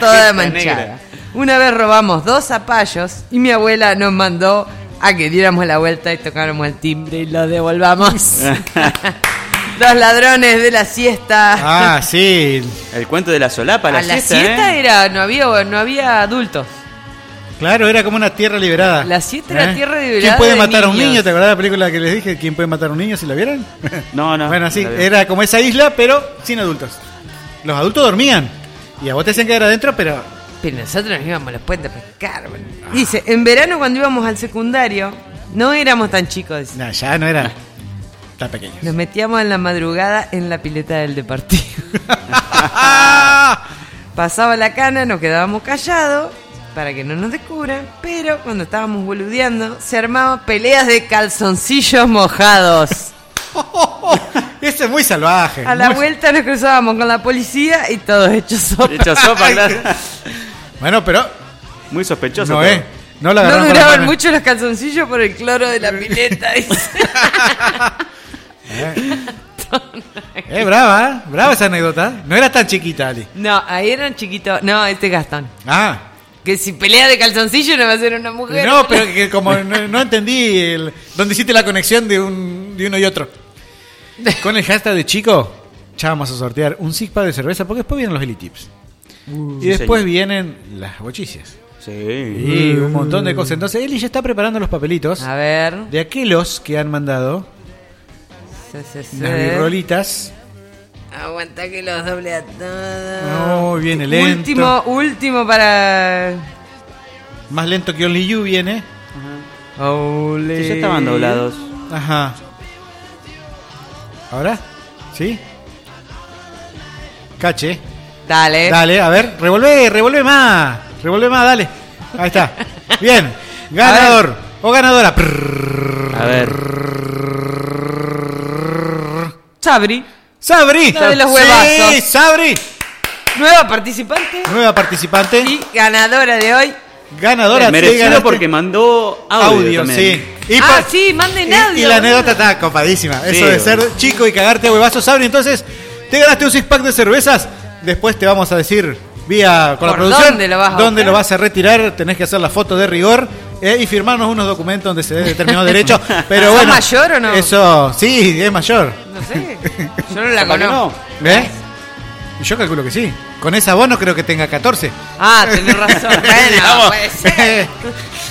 toda Jeta manchada. negra. Una vez robamos dos zapallos y mi abuela nos mandó a que diéramos la vuelta y tocáramos el timbre y lo [laughs] devolvamos. [laughs] Los ladrones de la [laughs] siesta. Ah, sí. El cuento de la solapa, la a la siesta, siesta, ¿eh? era no había no había adultos. Claro, era como una tierra liberada. ¿Eh? La siesta era tierra liberada ¿Quién puede de matar a un niños? niño? ¿Te acordás de la película que les dije? ¿Quién puede matar a un niño? ¿Si la vieron? No, no. Bueno, sí, no la vi. era como esa isla, pero sin adultos. Los adultos dormían. Y a vos te decían quedar adentro, pero. Pero nosotros nos íbamos a los puentes a pescar. bueno. Ah. Dice, en verano cuando íbamos al secundario, no éramos tan chicos. dice. No, ya no era. Está pequeño. Nos metíamos en la madrugada en la pileta del deportivo. [laughs] Pasaba la cana, nos quedábamos callados para que no nos descubran, pero cuando estábamos boludeando se armaban peleas de calzoncillos mojados. [laughs] Eso es muy salvaje. A la muy- vuelta nos cruzábamos con la policía y todos hechos sopa. Bueno, pero. Muy sospechoso. No, todo. eh. No la No agarraron con la duraban mano. mucho los calzoncillos por el cloro [laughs] de la pileta. Eh, brava, ¿eh? brava esa anécdota. No era tan chiquita, Ali. [laughs] No, ahí eran chiquitos. No, este es Gastón. Ah. Que si pelea de calzoncillo no va a ser una mujer. No, pero que como no, no entendí el, dónde hiciste la conexión de, un, de uno [laughs] y otro. Con el hashtag de chico, ya vamos a sortear un six pack de cerveza, porque después vienen los helitips. y Uh, sí, después señor. Uh. vienen las bochicias. Sí. Y un montón de cosas. Entonces, Eli ya está preparando los papelitos. A ver. De aquellos que han mandado Sí, sí, sí. las birrolitas. Aguanta que los doble a No, todos. viene lento. Último, último para. Más lento que Only You viene. Sí, ya estaban doblados. Ajá. ¿Ahora? ¿Sí? Eh. Cache. Dale. Dale, a ver, revolve, revolve más. Revolve Ah, más, dale. Ahí está. Bien. Ganador o ganadora. A ver. Sabri. Sabri. Una de los Sí, huevazos. Sabri. Nueva participante. Nueva participante. Y ganadora de hoy. Ganadora Merecido te ganaste porque mandó audio. audio, también. sí. Y ah, pa- sí, manden Y audio. la anécdota está copadísima. Sí, Eso de boludo. ser chico y cagarte a huevazos, Sabri. Entonces, te ganaste un six pack de cervezas. Después te vamos a decir, vía con la ¿Por producción, dónde lo vas a dónde lo buscar? vas a retirar. Tenés que hacer la foto de rigor eh, y firmarnos unos documentos donde se dé determinado [laughs] derecho. Pero ¿Sos bueno, mayor o no? Eso, sí, es mayor. No sé. Yo [laughs] no la Capaz que conozco. no. ¿Eh? Yo calculo que sí. Con esa voz no creo que tenga 14. Ah, tenés [laughs] razón. Bueno, Digamos. puede [laughs] ser.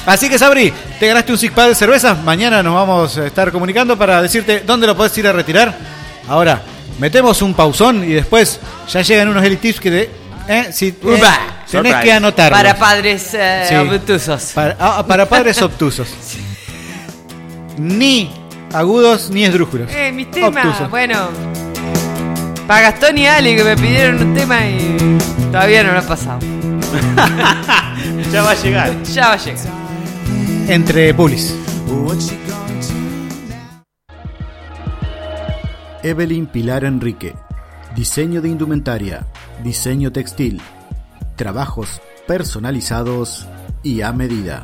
Así que Sabri, te ganaste un six pack de cervezas. Mañana nos vamos a estar comunicando para decirte dónde lo podés ir a retirar. Ahora, metemos un pausón y después ya llegan unos Elite Tips que te, eh, si, eh, Upa. tenés que anotar. Para padres eh, obtusos. Para, ah, para [laughs] padres obtusos. Ni agudos ni esdrújulos. Eh, mis temas, Obtuso. bueno. Para Gastón y Ali que me pidieron un tema y todavía no lo ha pasado. [laughs] ya va a llegar. Ya va a llegar. Entre bullies. Evelyn Pilar Enrique. Diseño de indumentaria, diseño textil, trabajos personalizados y a medida.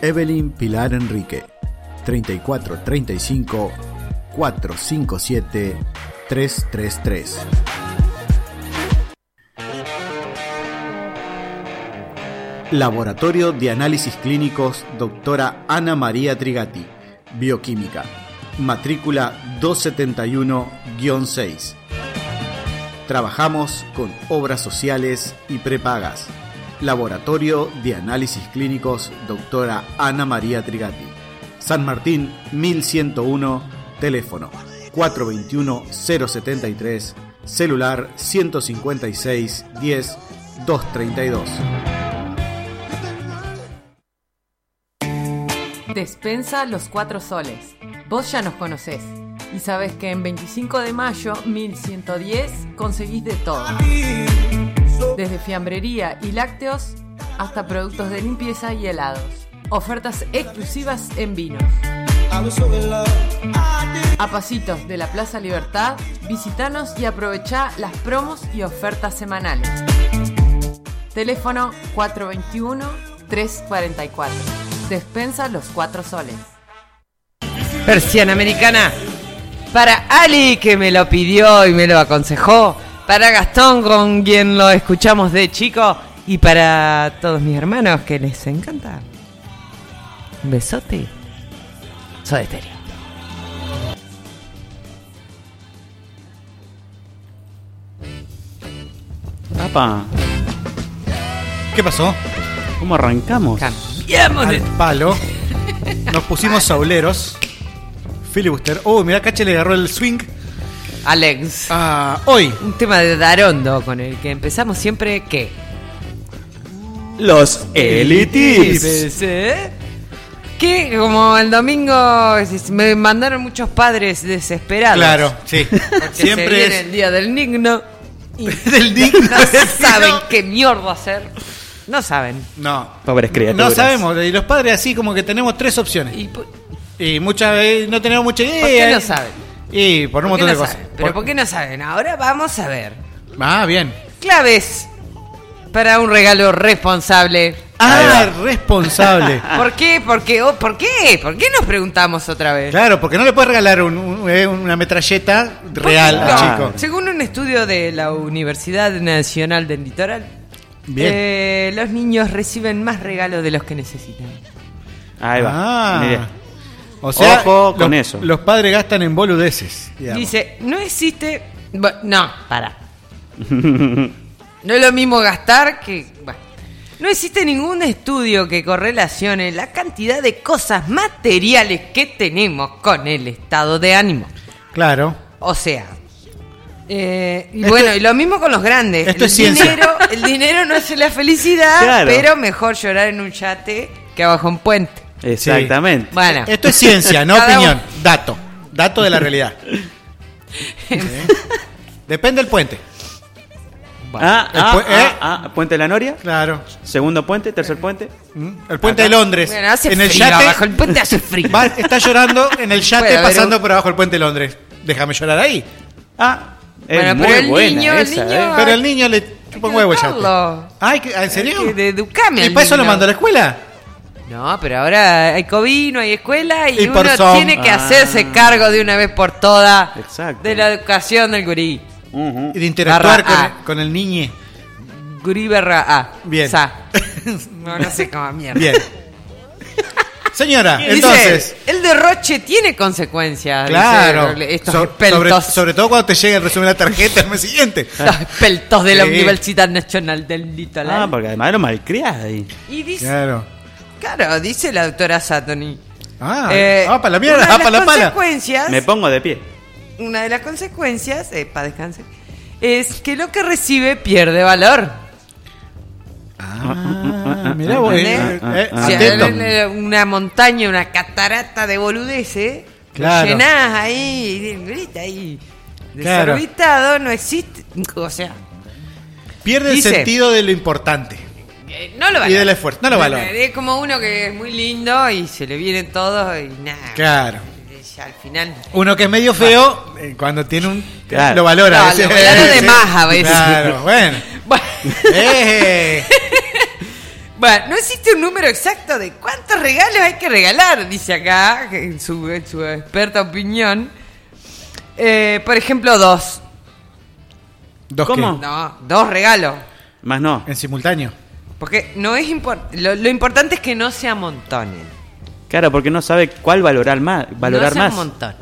Evelyn Pilar Enrique. 3435 457 333. Laboratorio de Análisis Clínicos, doctora Ana María Trigati, Bioquímica, matrícula 271-6. Trabajamos con obras sociales y prepagas. Laboratorio de Análisis Clínicos, doctora Ana María Trigati, San Martín 1101, teléfono 421-073, celular 156-10-232. Despensa Los Cuatro Soles. Vos ya nos conocés. Y sabés que en 25 de mayo 1110 conseguís de todo. Desde fiambrería y lácteos hasta productos de limpieza y helados. Ofertas exclusivas en vinos. A pasitos de la Plaza Libertad, visitanos y aprovechá las promos y ofertas semanales. Teléfono 421-344. Despensa los cuatro soles. Persiana americana. Para Ali que me lo pidió y me lo aconsejó. Para Gastón con quien lo escuchamos de chico. Y para todos mis hermanos que les encanta. Un besote. Soy estéreo. Apa. ¿Qué pasó? ¿Cómo arrancamos? Cambiamos [laughs] Al palo. Nos pusimos sauleros. Filibuster. Oh, mirá, Cache le agarró el swing. Alex. hoy. Un tema de Darondo con el que empezamos siempre que. Los elitis. ¿Eh? Que como el domingo es- me mandaron muchos padres desesperados. Claro, sí. Porque [laughs] Siempre se viene es- el día del nigno. [laughs] Y del nigno. No saben qué mierda hacer. No saben. No. Pobres criaturas. No sabemos. Y los padres así como que tenemos tres opciones. Y, muchas veces no tenemos mucha idea. ¿Por qué no saben? Y por un ¿Por qué montón de no cosas. saben? ¿Pero por qué no saben? Ahora vamos a ver. Ah, bien. Claves para un regalo responsable. Ah, [laughs] responsable. ¿Por qué? ¿Por qué? Oh, ¿Por qué? ¿Por qué nos preguntamos otra vez? Claro, porque no le puedes regalar un- un- eh, una metralleta real al No, chico. Según un estudio de la Universidad Nacional del Litoral, Bien. eh, los niños reciben más regalos de los que necesitan. Ahí va. Ah. Mira. O sea, Ojo con los- eso. Los padres gastan en boludeces. digamos. Dice, no existe... bu- no, [laughs] para. No es lo mismo gastar que... bueno. no existe ningún estudio que correlacione la cantidad de cosas materiales que tenemos con el estado de ánimo. Claro. O sea. eh, y bueno, y lo mismo con los grandes. esto el, es ciencia. dinero, el dinero no es la felicidad, Claro. pero mejor llorar en un yate que abajo un puente. Exactamente. Bueno. Esto es ciencia, [laughs] no Cada opinión. [laughs] Dato. Dato de la realidad. Depende del puente. Ah, ah, El pu- ah, ¿eh? ah, puente de la Noria. Claro. Segundo puente, tercer puente. El puente de Londres. Bueno, hace en el frío yate. abajo, el puente hace frío. Va- está llorando en el yate Puede haber pasando un- por abajo el puente de Londres. Déjame llorar ahí. Ah, es Bueno, pero muy el buena niño- el esa, niño- eh. Pero el niño le chupa un huevo el yate. Carlos. Ay, ¿qué- ¿en serio? Hay que educarme ¿Y al para eso lo niño. mandó a la escuela? No, pero ahora hay covino, hay escuela y, Y por uno son. tiene que Ah. hacerse cargo de una vez por todas Exacto. de la educación del gurí. Y de Ah. interactuar Barra A. con, con el niño. Gurí barra A. Bien. Sa. [laughs] No, no sé cómo mierda. Bien. Señora, Dice, entonces. el derroche tiene consecuencias. Claro. dice, estos So- sobre, espeltos, sobre todo cuando te llega el resumen de la tarjeta el mes siguiente. estos espeltos de la Sí. Universidad Nacional del Litoral. Ah, porque además era malcriada ahí. y dice, Claro. claro, dice la doctora Satoni. Ah, Eh, ah, para la mierda, una de ah, para la las pala. consecuencias- Me pongo de pie. Una de las consecuencias, eh, para descanse, es que lo que recibe pierde valor. Ah, mirá vos. eh, ah, eh, Si atento. hay una montaña, una catarata de boludeces, lo Claro. llenás ahí, grita ahí, Claro. desorbitado, no existe. O sea, Pierde Dice- el sentido de lo importante. eh, no lo Y valora. del esfuerzo. No lo valora. Es como uno que es muy lindo y se le vienen todos y nada. Claro. Y Al final. [laughs] Uno que es medio feo, eh, cuando tiene un. Claro. Lo valora. No, a veces. lo valora de más a veces. Claro, [laughs] bueno. Eh, Bueno, no existe un número exacto de cuántos regalos hay que regalar, dice acá, en su, en su experta opinión. Eh, por ejemplo, dos. ¿Dos ¿Cómo? No, dos regalos. Más no. En simultáneo. Porque no es impor- lo, lo importante es que no se amontonen. Claro, porque no sabe cuál valorar más. Valorar No seas más. montón.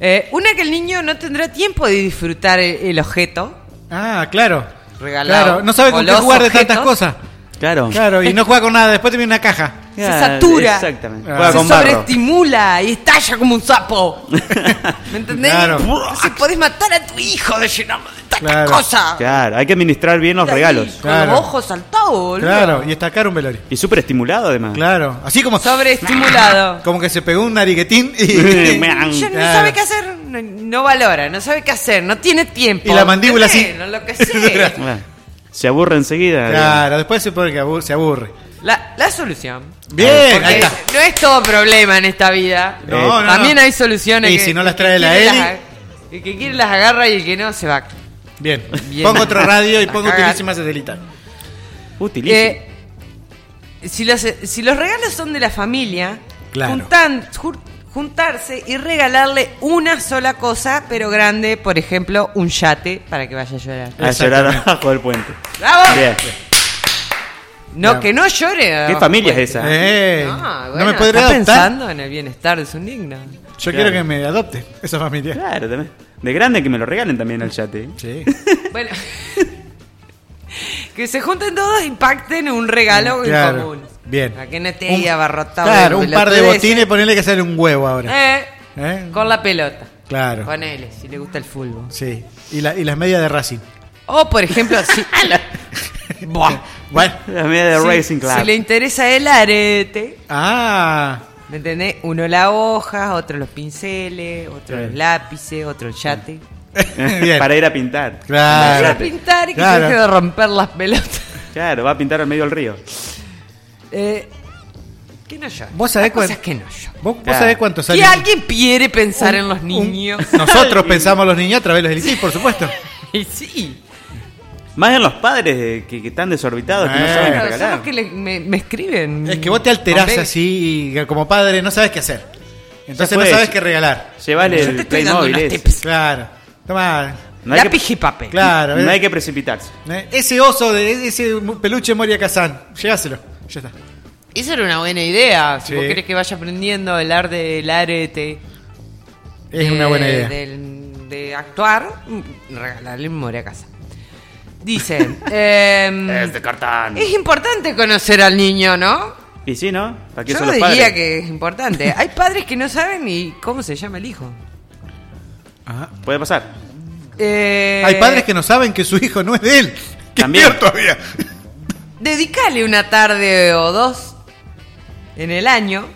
Eh, una que el niño no tendrá tiempo de disfrutar el, el objeto. Ah, claro. Regalado. Claro, no sabe con O qué los jugar de objetos. tantas cosas. Claro. Claro, y no juega con nada. Después te viene una caja. Se satura. Exactamente. Ah. Juega Se con barro. sobreestimula y estalla como un sapo. [laughs] ¿Me entendés? Claro. Entonces podés matar a tu hijo de llenarlo de tantas Claro. cosas. Claro, hay que administrar bien los Ahí, regalos. Con los ojos saltados, boludo. Claro, y estacar un velorio. Y súper estimulado además. [laughs] Claro, así como. Sobreestimulado. Como que se pegó un nariguetín y. [laughs] Ya no Claro. sabe qué hacer, no, no valora, no sabe qué hacer, no tiene tiempo. Y la mandíbula así. Bueno, lo que [laughs] Claro. sea. Ah. Se aburre enseguida. Claro, después se pone que abur- se aburre. La, la solución. Bien, Porque Eh, ahí está. No es todo problema en esta vida. No, no, También no. hay soluciones. Y que- si no el las que trae la quiere Eli. las ag- El que quiere las agarra y el que no se va. Bien. Bien. Pongo otro radio y A pongo cagar. utilísima satelita. Utilísima. Eh, si, los, si los regalos son de la familia, Claro. juntan- jur- juntarse y regalarle una sola cosa, pero grande, por ejemplo, un yate para que vaya a llorar. A llorar abajo del puente. Ah. ¡Bravo! Bien. No, que no llore. ¿Qué familia es esa? Eh, Ah, no bueno, me podría está adoptar. pensando en el bienestar de su indigno. Yo Claro. quiero que me adopte esa familia. Claro, también. De grande que me lo regalen también al eh. yate. Sí. [laughs] [laughs] Bueno. que se junten todos y pacten un regalo Claro. en común. Bien. A que no esté Un- ahí abarrotado. Claro, de un par de pelotudeces. botines, ponerle que sale un huevo ahora. Eh, Con la pelota. Claro. Ponele, si le gusta el fútbol. Sí. Y, la- y las medias de Racing. O, por ejemplo, [laughs] si, Bueno. Las medias de Racing Club. si le interesa el arete. Ah. ¿Me entendés? Uno la hoja, otro los pinceles, otro Sí. los lápices, otro el yate. [laughs] Bien. Para ir a pintar. Claro. Al Para yate. pintar y que Claro. se deje de romper las pelotas. Claro, va a pintar al medio del río. Eh, [laughs] que no llore. ¿Vos sabés, Las cosas cuán- que no llore. ¿Vos, vos Claro. sabés cuánto sale? Que [laughs] alguien quiere pensar un- en los un- niños. Nosotros pensamos los niños a través de los elitis, por supuesto. [laughs] Y sí. Más en los padres de- que, que están desorbitados, que no Eh. saben Claro, son regalar. los que le- me, me escriben. Es que vos te alterás Con- así y como padre no sabes qué hacer. Entonces no fue. sabes qué regalar. Llevale Yo te el estoy dando Playmobil. unos ese. Claro. Toma. No hay que- Lápiz y papel. Claro, No ¿ves? hay que precipitarse. Eh, Ese oso, de ese peluche Moria Kazan, llegáselo. Ya está. Esa era una buena idea. Si Sí. vos querés que vaya aprendiendo el arte del arete. Es de- una buena idea. del- de actuar, mm, regalarle un more a casa. [laughs] Dice. em, Es de cartán. es importante conocer al niño, ¿no? Y sí, ¿no? ¿Para qué Yo son no los diría padres? que [laughs] es importante. Hay padres que no saben ni cómo se llama el hijo. Puede pasar. [laughs] Eh, Hay padres que no saben que su hijo no es de él. Que También. es peor todavía. Dedicale una tarde [laughs] o dos en el año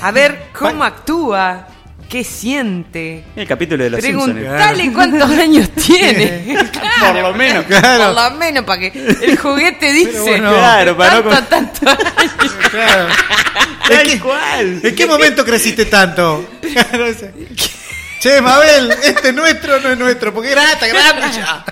a ver cómo actúa, qué siente. El capítulo de los Simpsons. Preguntale [laughs] cuántos años tiene. Por lo menos, Por claro. lo menos para que el juguete dice. bueno, claro, para no tanto, tanto años. ¿En qué, ¿En qué momento creciste tanto? Claro, ese. che, Mabel, este nuestro no es nuestro, porque era hasta grande ya.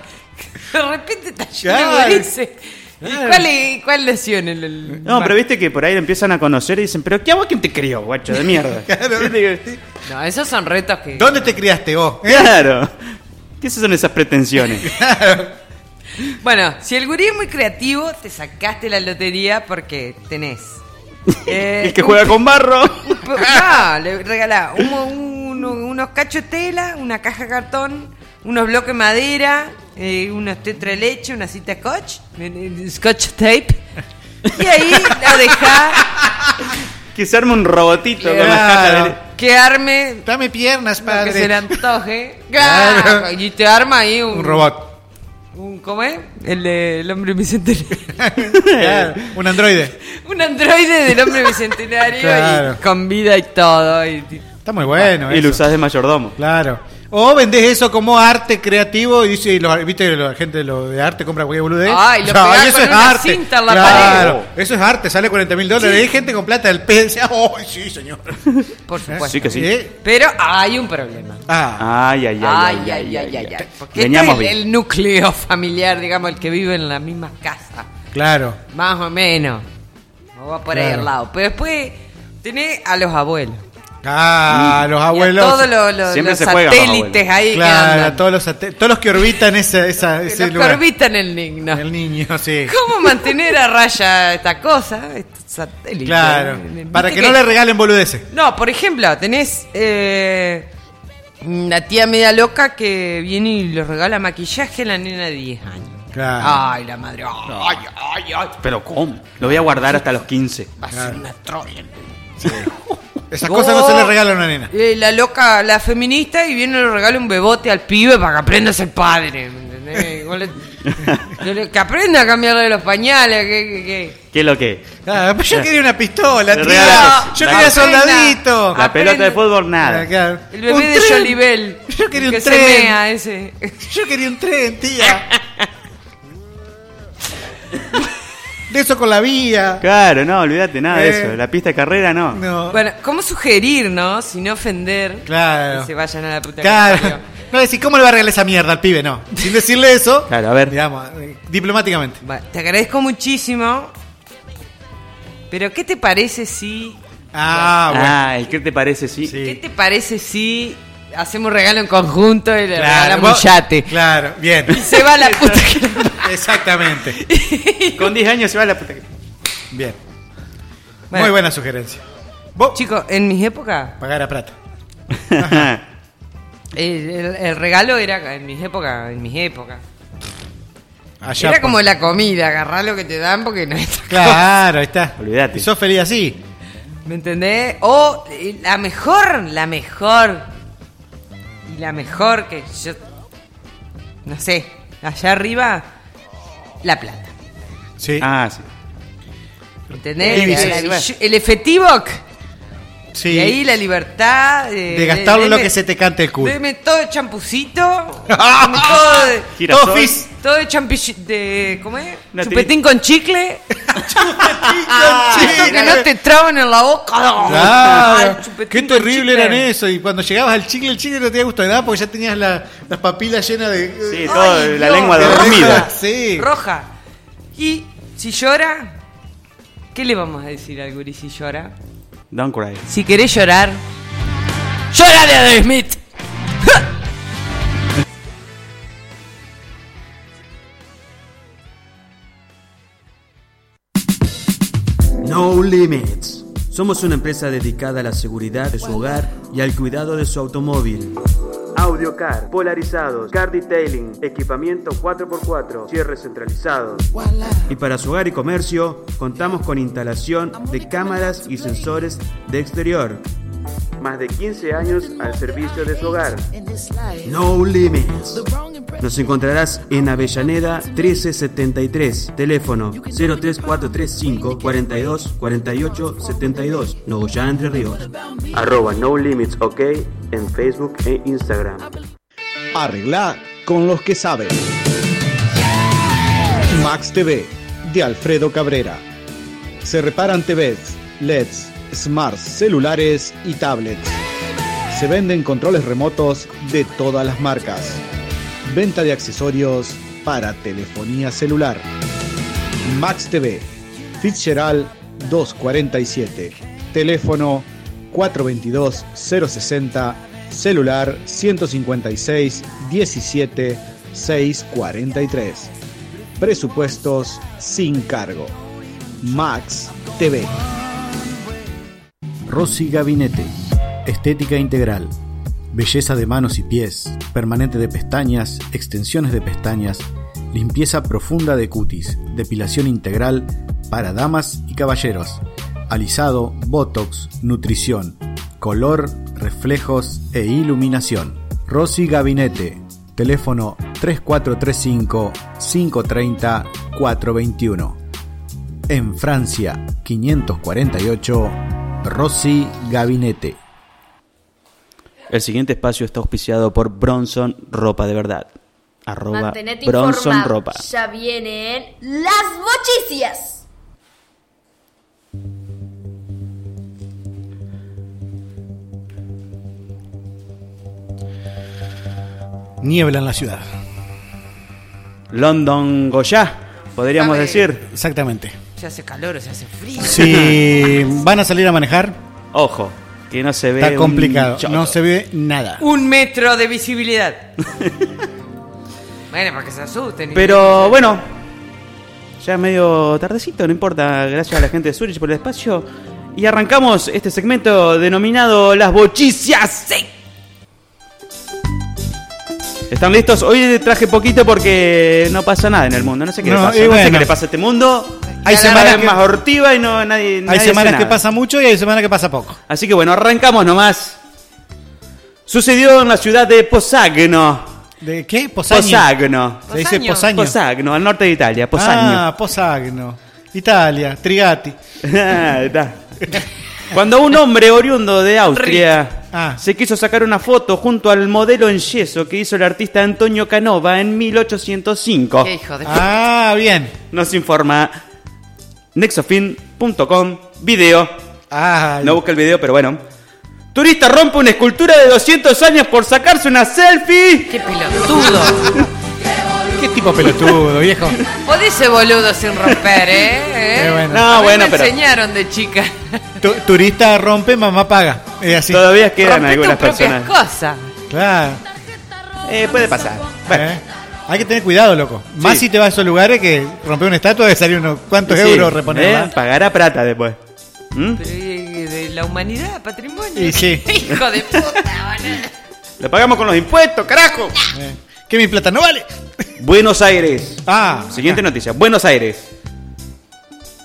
De repente está lleno Claro. de ese. ¿Y cuál, es- cuál lesión? El, el- No, pero viste que por ahí lo empiezan a conocer y dicen, pero ¿qué hago? ¿Quién te crió, guacho? De [laughs] mierda. ¿Eh? No, esos son retos que. ¿Dónde te criaste vos? Claro. ¿Qué son esas pretensiones? Bueno, si el gurí es muy creativo, te sacaste la lotería porque tenés. [laughs] Eh, El que juega con barro. [laughs] un po- ah, le regalá un- un- unos cachos de tela, una caja de cartón, unos bloques de madera, eh, unos tetra de leche, una cita de scotch, eh, eh, scotch tape. Y ahí la dejá Que se arme un robotito con la Claro. caja de... que arme. Dame piernas, para Que padre. se le antoje. Claro. Claro, Y te arma ahí un. Un robot. Un, ¿Cómo es? El, de- el hombre bicentenario. [laughs] Claro, Eh, Un androide. un androide del hombre bicentenario. Claro. y con vida y todo. y- Está muy Ah, bueno. Y eso. lo usás de mayordomo. Claro. O vendés eso como arte creativo y dice, y los, viste, la gente de lo de arte compra cualquier boludez. Ay, [laughs] lo Claro, pegás con una cinta en la Claro, eso es arte, sale 40 mil dólares. Hay gente con plata del pedo. dice, "Ay, sí, señor! Por supuesto. Sí que ¿eh? sí. Pero hay un problema. Ah, Ay, ay, ay. Ay, ay, ay, ay, ay, ay. Porque este Veníamos es el, bien. el núcleo [laughs] familiar, digamos, el que vive en las mismas casas. Claro. Más o menos. O va por ahí Claro. al lado. Pero después tenés a los abuelos. Ah, los abuelos. todos los- los- Siempre los se juega con los satélites abuelos. ahí que Claro, andan. todos los satélites. Todos los que orbitan esa, esa, ese Los que lugar. orbitan el niño. El niño, sí. [laughs] ¿Cómo mantener a raya esta cosa? Este satélite. Claro. ¿Viste Para que, no le regalen boludeces. No, por ejemplo, tenés eh, la tía media loca que viene y le regala maquillaje a la nena de 10 años. Claro. Ay, la madre. Ay, ay, ay. Pero ¿cómo? Lo voy a guardar hasta los [laughs] 15. Va a ser una troya. Esas cosas no se le regalan a una nena. Eh, la loca, la feminista, y viene y le regala un bebote al pibe para que aprenda a ser padre. ¿me entendés? Vos le- le- que aprenda a cambiarle los pañales. Que, que- que- ¿Qué es lo que? Ah, pero yo quería una pistola, Le tía. regalas- yo la- quería la- soldadito. La pelota de fútbol, nada. Ah, El bebé de Jolibel. [laughs] Yo quería que un se tren. mea ese. Yo quería un tren, tía. De eso con la vía. Claro, no, olvídate nada de Eh. eso. La pista de carrera, no. Ah. Bueno, ¿cómo sugerir, no? Sin ofender. Claro. Que se vayan a la puta que los Claro. parió. No decís, ¿cómo le va a regalar esa mierda al pibe? No. Sin decirle eso. Claro, a ver. Digamos, eh, diplomáticamente. Te agradezco muchísimo. Pero, ¿qué te parece si. Ah, bueno. Ah, ¿el qué te parece? Sí. ¿Qué te parece si hacemos un regalo en conjunto y le regalamos vos- un [laughs] yate? Claro, bien. [laughs] Se va la puta que Exactamente. Con 10 años se va la puta que... Bien. Bueno. Muy buena sugerencia. Chicos, en mis épocas. Pagar a plata. El, el- el regalo era en mis épocas, en mis épocas. Allá era por- como la comida, agarrar lo que te dan porque no es otra Claro, ahí está. Olvídate. Y sos feliz así. cosa. ¿Me entendés? O eh, la mejor, la mejor. Y la mejor que yo. No sé, allá arriba, la plata. Sí. Ah, sí. ¿Me entendés? Divisas. La- la- el efectivo. Sí. Y ahí la libertad. eh, de gastarlo en lo deme- que se te cante el culo. Deme todo de [laughs] champucito. deme todo de, Girasol. Todo fizz. Todo de champi- de- ¿Cómo es? Una Chupetín con [laughs] chicle. Esto [laughs] que chicle. no te traban en la boca. Claro. Al chupetín Qué con terrible chicle. eran eso. Y cuando llegabas al chicle, el chicle no tenía gusto de nada porque ya tenías la- las papilas llenas de. Sí, todo, la lengua dormida. Sí. Roja. Y si llora, ¿qué le vamos a decir al gurí si llora? Don't cry. Si querés llorar, llora de Adam Smith. No Limits. Somos una empresa dedicada a la seguridad de su hogar y al cuidado de su automóvil. Audiocar, polarizados, car detailing, equipamiento 4x4, cierre centralizado. Y para su hogar y comercio, contamos con instalación de cámaras y sensores de exterior. Más de 15 años al servicio de su hogar. No Limits. Nos encontrarás en Avellaneda 1373, teléfono 03435 42 48 72, Nogoyá Entre Ríos. Arroba No Limits OK en Facebook e Instagram. Arregla con los que saben. Max TV de Alfredo Cabrera. Se reparan TVs, LEDs, smarts, E celulares y tablets. Se venden controles remotos de todas las marcas. Venta de accesorios para telefonía celular. Max TV, Fitzgerald 247. Teléfono 422-060, celular 156-17-643. Presupuestos sin cargo. Max TV. Rosy Gabinete. Estética integral. Belleza de manos y pies, permanente de pestañas, extensiones de pestañas, limpieza profunda de cutis, depilación integral para damas y caballeros, alisado, botox, nutrición, color, reflejos e iluminación. Rosy Gabinete. Teléfono 3435 530 421. En Francia 548 Rosy Gabinete. El siguiente espacio está auspiciado por Bronson Ropa de Verdad. Arroba Mantenete Bronson informado. Ropa. Ya vienen las bochicias. Niebla en la ciudad. London Goya, podríamos Dame. decir. Exactamente. Se hace calor o se hace frío. Si [laughs] van a salir a manejar, Ojo, que no se ve. está un complicado. choto. No se ve nada. Un metro de visibilidad. [laughs] bueno, para que se asusten. y- Pero bueno, ya medio tardecito, no importa. Gracias a la gente de Zurich por el espacio. Y arrancamos este segmento denominado Las Bochicias. ¿Están listos? Hoy traje poquito porque no pasa nada en el mundo. No sé qué, No, le, pasa. y No sé bueno. qué le pasa a este mundo. Hay Cada semanas vez que- más hortiva y no, nadie, nadie Hay hace semanas que nada. pasa mucho y hay semanas que pasa poco. Así que bueno, arrancamos nomás. Sucedió en la ciudad de Posagno. ¿De qué? Posagno. Posagno. Se dice Posagno. Posagno. Posagno, al norte de Italia. Posagno. Ah, Posagno. Italia, Trigati. Ah, está. Cuando un hombre oriundo de Austria Ah. se quiso sacar una foto junto al modelo en yeso que hizo el artista Antonio Canova en 1805. Qué hijo de- Ah, bien. Nos informa nexofin.com video. Ah, No busca el video, pero bueno. Turista rompe una escultura de 200 años por sacarse una selfie. Qué pelotudo. Qué tipo pelotudo, viejo. Podés ser boludo sin romper, ¿eh? Eh, bueno. A No, mí bueno, me pero- enseñaron de chica. Tu- turista rompe, mamá paga. Es así. Todavía quedan Rompé tus propias cosas. Claro. puede pasar. Eh, Hay que tener cuidado, loco. Más si te vas a esos lugares que romper una estatua debe salir unos cuantos Sí, euros ¿eh? reponerla. Pagará plata después. ¿Mm? Pero eh, de la humanidad, patrimonio. Y sí. [laughs] Hijo de puta, Lo pagamos con los impuestos, carajo. Que mi plata no vale. Buenos Aires. Ah. Siguiente noticia. Buenos Aires.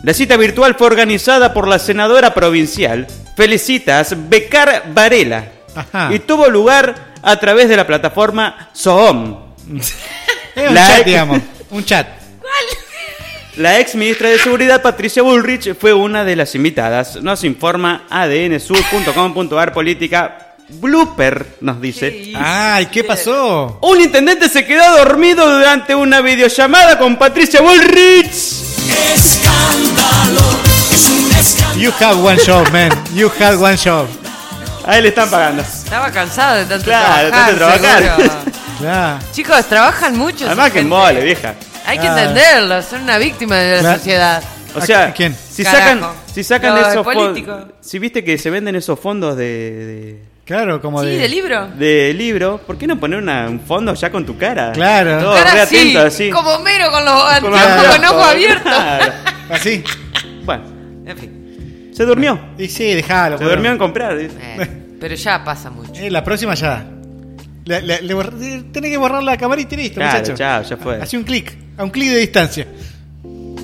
La cita virtual fue organizada por la senadora provincial Felicitas Becar Varela Ajá. y tuvo lugar a través de la plataforma Sohom. Es un La chat, ex- digamos. Un chat. La ex ministra de Seguridad Patricia Bullrich fue una de las invitadas. Nos informa adnsur.com.ar política. Blooper nos dice. Ay, ¿qué pasó? Un intendente se quedó dormido durante una videollamada con Patricia Bullrich. Escándalo, es un escándalo. You have one job, man. You have one job. Ahí le están pagando. Estaba cansado de tanto Claro, trabajar. tanto trabajar. seguro. Claro. Chicos, trabajan mucho. Además esa que gente. mole, vieja. Hay que Claro. entenderlo, son una víctima de la Claro. sociedad. O sea, si sacan, Carajo. si sacan Lo de esos político. fondos, si viste que se venden esos fondos de, de- Claro, como Sí, de libro. de libro, ¿por qué no poner una- un fondo ya con tu cara? Claro. Todo Cara re así, atento, así. Como Homero con los anteojos Con los con ojos anteojos, abiertos. [laughs] claro. Así. Bueno, se durmió. Y sí, dejalo. Se boludo. durmió en comprar. Eh, Pero ya pasa mucho. Eh, la próxima ya. Le- le- le borra- eh, tenés que borrar la camarita y listo, Claro, muchacho. chao, ya fue. Hace un clic, a un clic de distancia.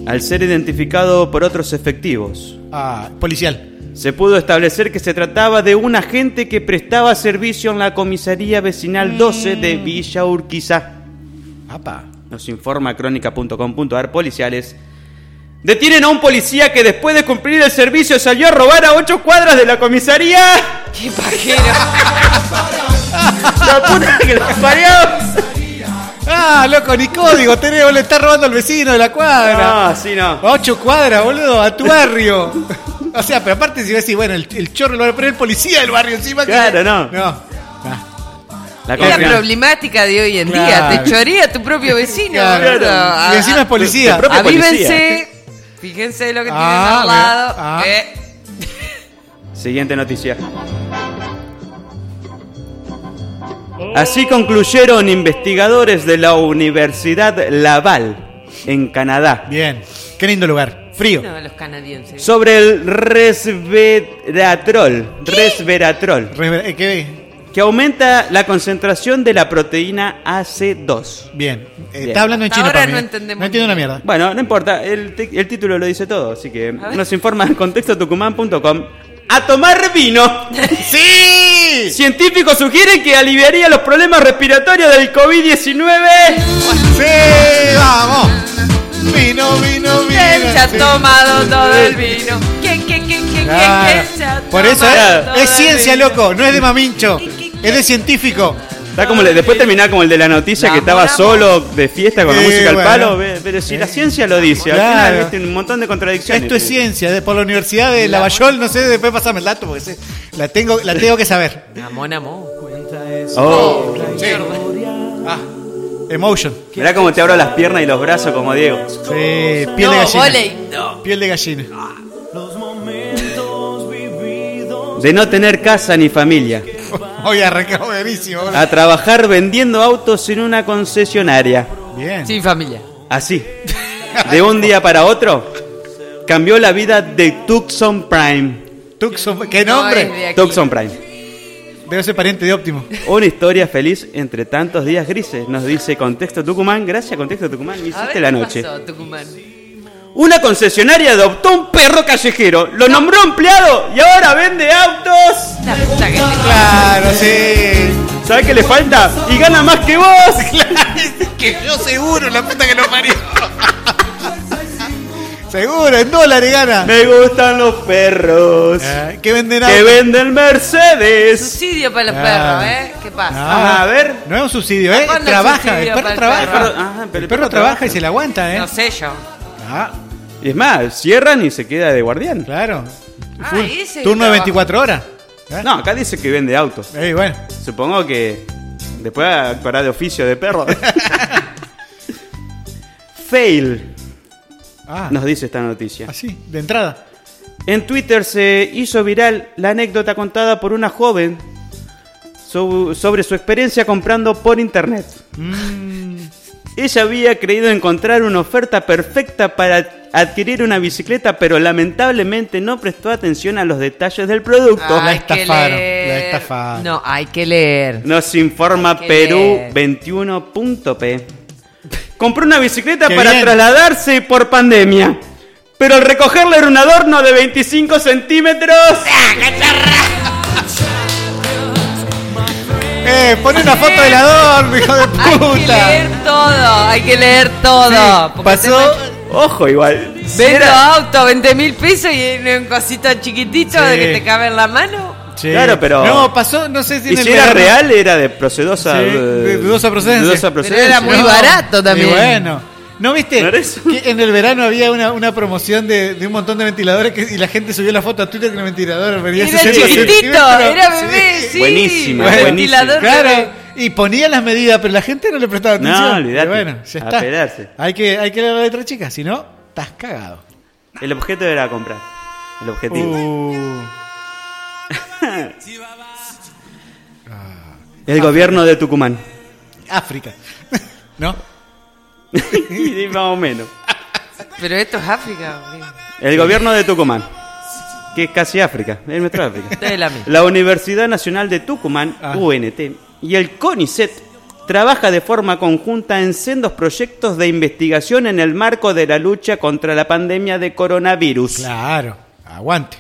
Al ser identificado por otros efectivos. Ah, policial. Se pudo establecer que se trataba de un agente que prestaba servicio en la comisaría vecinal 12 de Villa Urquiza. Nos informa crónica.com.ar policiales. Detienen a un policía que después de cumplir el servicio salió a robar a ocho cuadras de la comisaría. ¡Qué pajero! [laughs] La puta que los parió. Ah, loco, ni código tenés, boludo. Estás robando al vecino de la cuadra. No, sí, no. Ocho cuadras, boludo, a tu barrio. o sea, pero aparte si decís, bueno, el, el chorro lo va a poner el policía del barrio encima. que- Claro, no. No. La Es la confianza. problemática de hoy en Claro. día. Te chorea tu propio vecino. Claro. boludo. A- Y encima es a- policía. Tu propio Avívense. Fíjense lo que tienen Ah, al mira. Ah. lado. Eh, Siguiente noticia. Así concluyeron investigadores de la Universidad Laval, en Canadá. Bien, qué lindo lugar. Frío. no, los canadienses. Sobre el resveratrol. Resveratrol. eh, Que aumenta la concentración de la proteína AC2. Bien. Está hablando en chino para mí. ¿eh? No entiendo una mierda. Bueno, no importa, el, te- el título lo dice todo, así que nos informa contextotucumán.com. ¡A tomar vino! ¡Sí! Científicos sugieren que aliviaría los problemas respiratorios del COVID-19. ¡Sí! ¡Vamos! Vino, vino, vino. ¿Quién se ha tomado todo el vino? ¿Quién, quién, quién, quién, quién, quién se ha Por eso tomado es, todo es el ciencia, vino? loco. No es de mamincho. Es de científico. Está como el- después terminar como el de la noticia que estaba solo de fiesta con la Sí, música al bueno. palo. ve, Pero si la ciencia lo dice, al final, Claro. viste, un montón de contradicciones. Esto es ciencia. De, por la Universidad de Lavallol, no sé, después pasame el dato porque sé- la, tengo, la tengo que saber. Amón, amón. Oh. Sí. Ah, emotion. Mirá cómo te abro las piernas y los brazos como Diego. Sí, piel de gallina. Piel de gallina. [laughs] De no tener casa ni familia. Hoy arrancamos buenísimo. boludo. A trabajar vendiendo autos en una concesionaria. Bien. Sin familia. Así. De un día para otro. Cambió la vida de Tucson Prime. Tucson, ¿Qué No, es de nombre? aquí. Tucson Prime. Debe ser pariente de Óptimo. Una historia feliz entre tantos días grises, nos dice Contexto Tucumán. Gracias, Contexto Tucumán, me A ver, hiciste la ¿qué noche. pasó, Tucumán? Una concesionaria adoptó un perro callejero, lo nombró empleado y ahora vende autos. La puta que te- Claro, sí. ¿Sabes qué le falta? Y gana más que vos. [laughs] que yo seguro, la puta que lo parió. seguro, en dólares gana. Me gustan los perros. Eh, ¿Qué venden Que autos? venden Mercedes. Subsidio para los Ah. perros, ¿eh? ¿Qué pasa? Ah, a ver. No es un subsidio, ¿eh? ¿Cuándo Trabaja, subsidio el para perro el trabaja. perro? Ajá, pero el perro trabaja y se la aguanta, ¿eh? No sé yo. Ah, Y es más, cierran y se queda de guardián. claro. Ah, Full. ese Turno de trabaja. 24 horas. No, acá dice que vende autos. Eh, bueno. Supongo que después actuará de oficio [laughs] de perro. Fail, Ah, nos dice esta noticia. así, de entrada. En Twitter se hizo viral la anécdota contada por una joven so- sobre su experiencia comprando por internet. Mm. Ella había creído encontrar una oferta perfecta para adquirir una bicicleta, pero lamentablemente no prestó atención a los detalles del producto. Hay que leer. la estafaron. No, hay que leer. Nos informa Qué bien. Perú21.p. Compró una bicicleta Qué para bien. trasladarse por pandemia. Pero al recogerla era un adorno de 25 centímetros. Eh, pon una foto del adorno, hijo de Hay que puta. leer todo, hay que leer todo. Porque Pasó. Ojo, igual. te Vendo auto, 20 mil pesos y en un cosito chiquitito Sí. de que te cabe en la mano. Sí. Claro, pero- No, pasó, no sé si Y en el si era verano. real, era de procedosa. Sí, eh, de dudosa procedencia. dudosa Pero procedencia. era muy No. barato también. Y bueno. ¿No viste ¿No era eso? que en el verano había una, una promoción de, de un montón de ventiladores que, y la gente subió la foto a Twitter que el ventilador venía Era 60 chiquitito, centímetros? era bebé, sí. Buenísimo, Un buenísimo. ventilador Claro, bebé. y ponía las medidas, pero la gente no le prestaba No, atención. olvídate. Y bueno, ya A está. pelarse. Hay que, hay que leer la letra chica, si no, estás cagado. El objeto era comprar. El objetivo. Uh, [laughs] El gobierno de [laughs] Tucumán. [laughs] África. [laughs] ¿No? Y Más o menos. Pero esto es África. boludo. El gobierno de Tucumán. Que es casi África. Es [laughs] nuestra África. Ustedes la misma. La Universidad Nacional de Tucumán, Ah. UNT, y el CONICET trabaja de forma conjunta en sendos proyectos de investigación en el marco de la lucha contra la pandemia de coronavirus. Claro, aguante.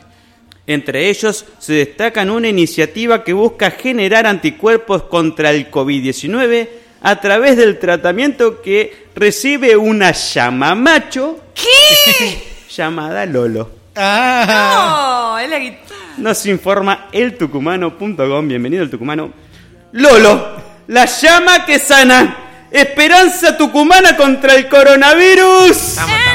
Entre ellos se destacan una iniciativa que busca generar anticuerpos contra el COVID-19 a través del tratamiento que recibe una llamamacho ¿Qué? [laughs] llamada Lolo. Ah, No, es la guitarra. Nos informa eltucumano.com. Bienvenido el tucumano. Lolo, la llama que sana. Esperanza tucumana contra el coronavirus. Ah,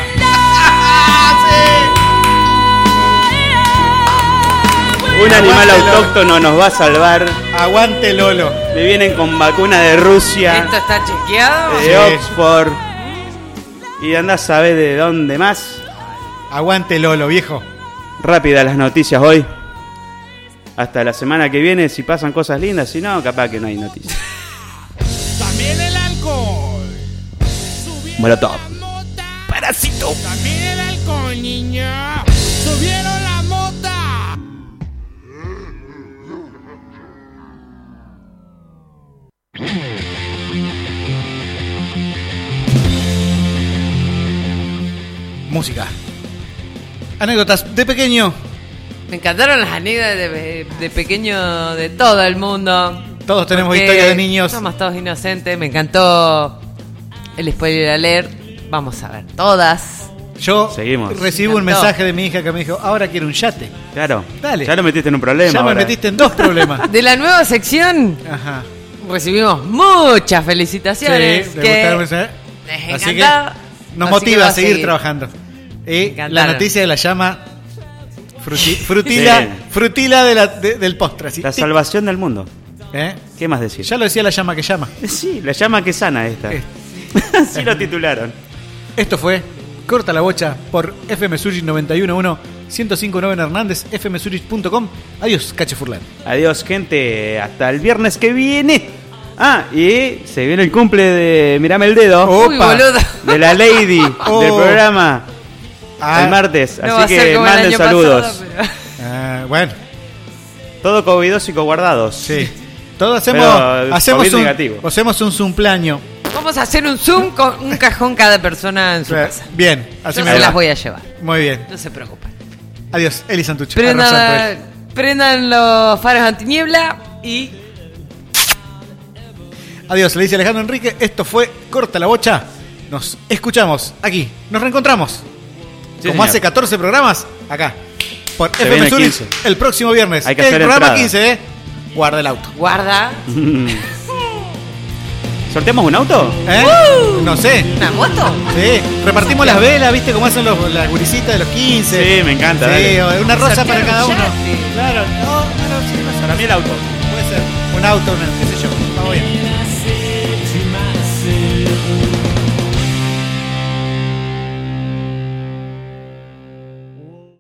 Un animal autóctono nos va a salvar. Aguante Lolo. Me vienen con vacuna de Rusia, ¿Esto está chequeado? de Oxford. Y anda a saber de dónde más. Aguante Lolo, viejo. Rápidas las noticias hoy. Hasta la semana que viene, si pasan cosas lindas, si no, capaz que no hay noticias. También el alcohol. Molotov. Parásito. También el alcohol, niña. Subieron la mota. Música. Anécdotas de pequeño. Me encantaron las anécdotas de, de pequeño de todo el mundo. Todos tenemos Porque historias de niños. Somos todos inocentes. Me encantó el spoiler alert. Vamos a ver todas. Yo Seguimos. recibo un Me encantó. mensaje de mi hija que me dijo, ahora quiero un yate. Claro. Dale. Ya lo metiste en un problema. Ya me ahora. metiste en dos problemas. [laughs] De la nueva sección Ajá. recibimos muchas felicitaciones. Sí, me que gustaron, ¿eh? les Así que encantó. nos Así que motiva va a seguir trabajando. Y la encantaron. noticia de la llama fruti- frutila, [laughs] Sí. frutila de la- de- del postre. así, La tic. salvación del mundo. ¿Eh? ¿Qué más decir? Ya lo decía la llama que llama. Sí, la llama que sana esta. [laughs] Así lo titularon. Esto fue Corta la Bocha por FM Surgit 911 1059 en Hernández, fmsurgit.com. Adiós, Cache Furlan. Adiós, gente. Hasta el viernes que viene. Ah, y se viene el cumple de Mirame el dedo. Uy, boludo. De [laughs] la lady Oh. del programa. Ah. El martes. No va a Así ser que como el manden año saludos. pasado, pero- bueno. Todo covidósico guardados. Sí. Todo Hacemos, eh, hacemos, un, hacemos un zumplaño. Vamos a hacer un zoom con un cajón cada persona en su casa. Bien, Yo me se va. las voy a llevar. Muy bien. No se preocupen. Adiós, Eli Santucho. Arroz Santuel. Prendan, prendan los faros antiniebla y Adiós, le dice Alejandro Enrique. Esto fue Corta la Bocha. Nos escuchamos aquí. Nos reencontramos. Como señor. hace 14 programas, acá. Por Se FM viene Zurich, 15. el próximo viernes. Hay que el hacer programa entrada. 15, ¿eh? Guarda el auto. guarda. ¿Sorteamos un auto? ¿Eh? No sé. ¿Una moto? Sí. Repartimos las velas, ¿viste? Como hacen los, las gurisitas de los 15. Sí, me encanta, Sí, dale. una rosa Sortear para cada un uno. yate. Claro, no, no, no, sí, no sé. Para mí el auto. Puede ser. Un auto, una-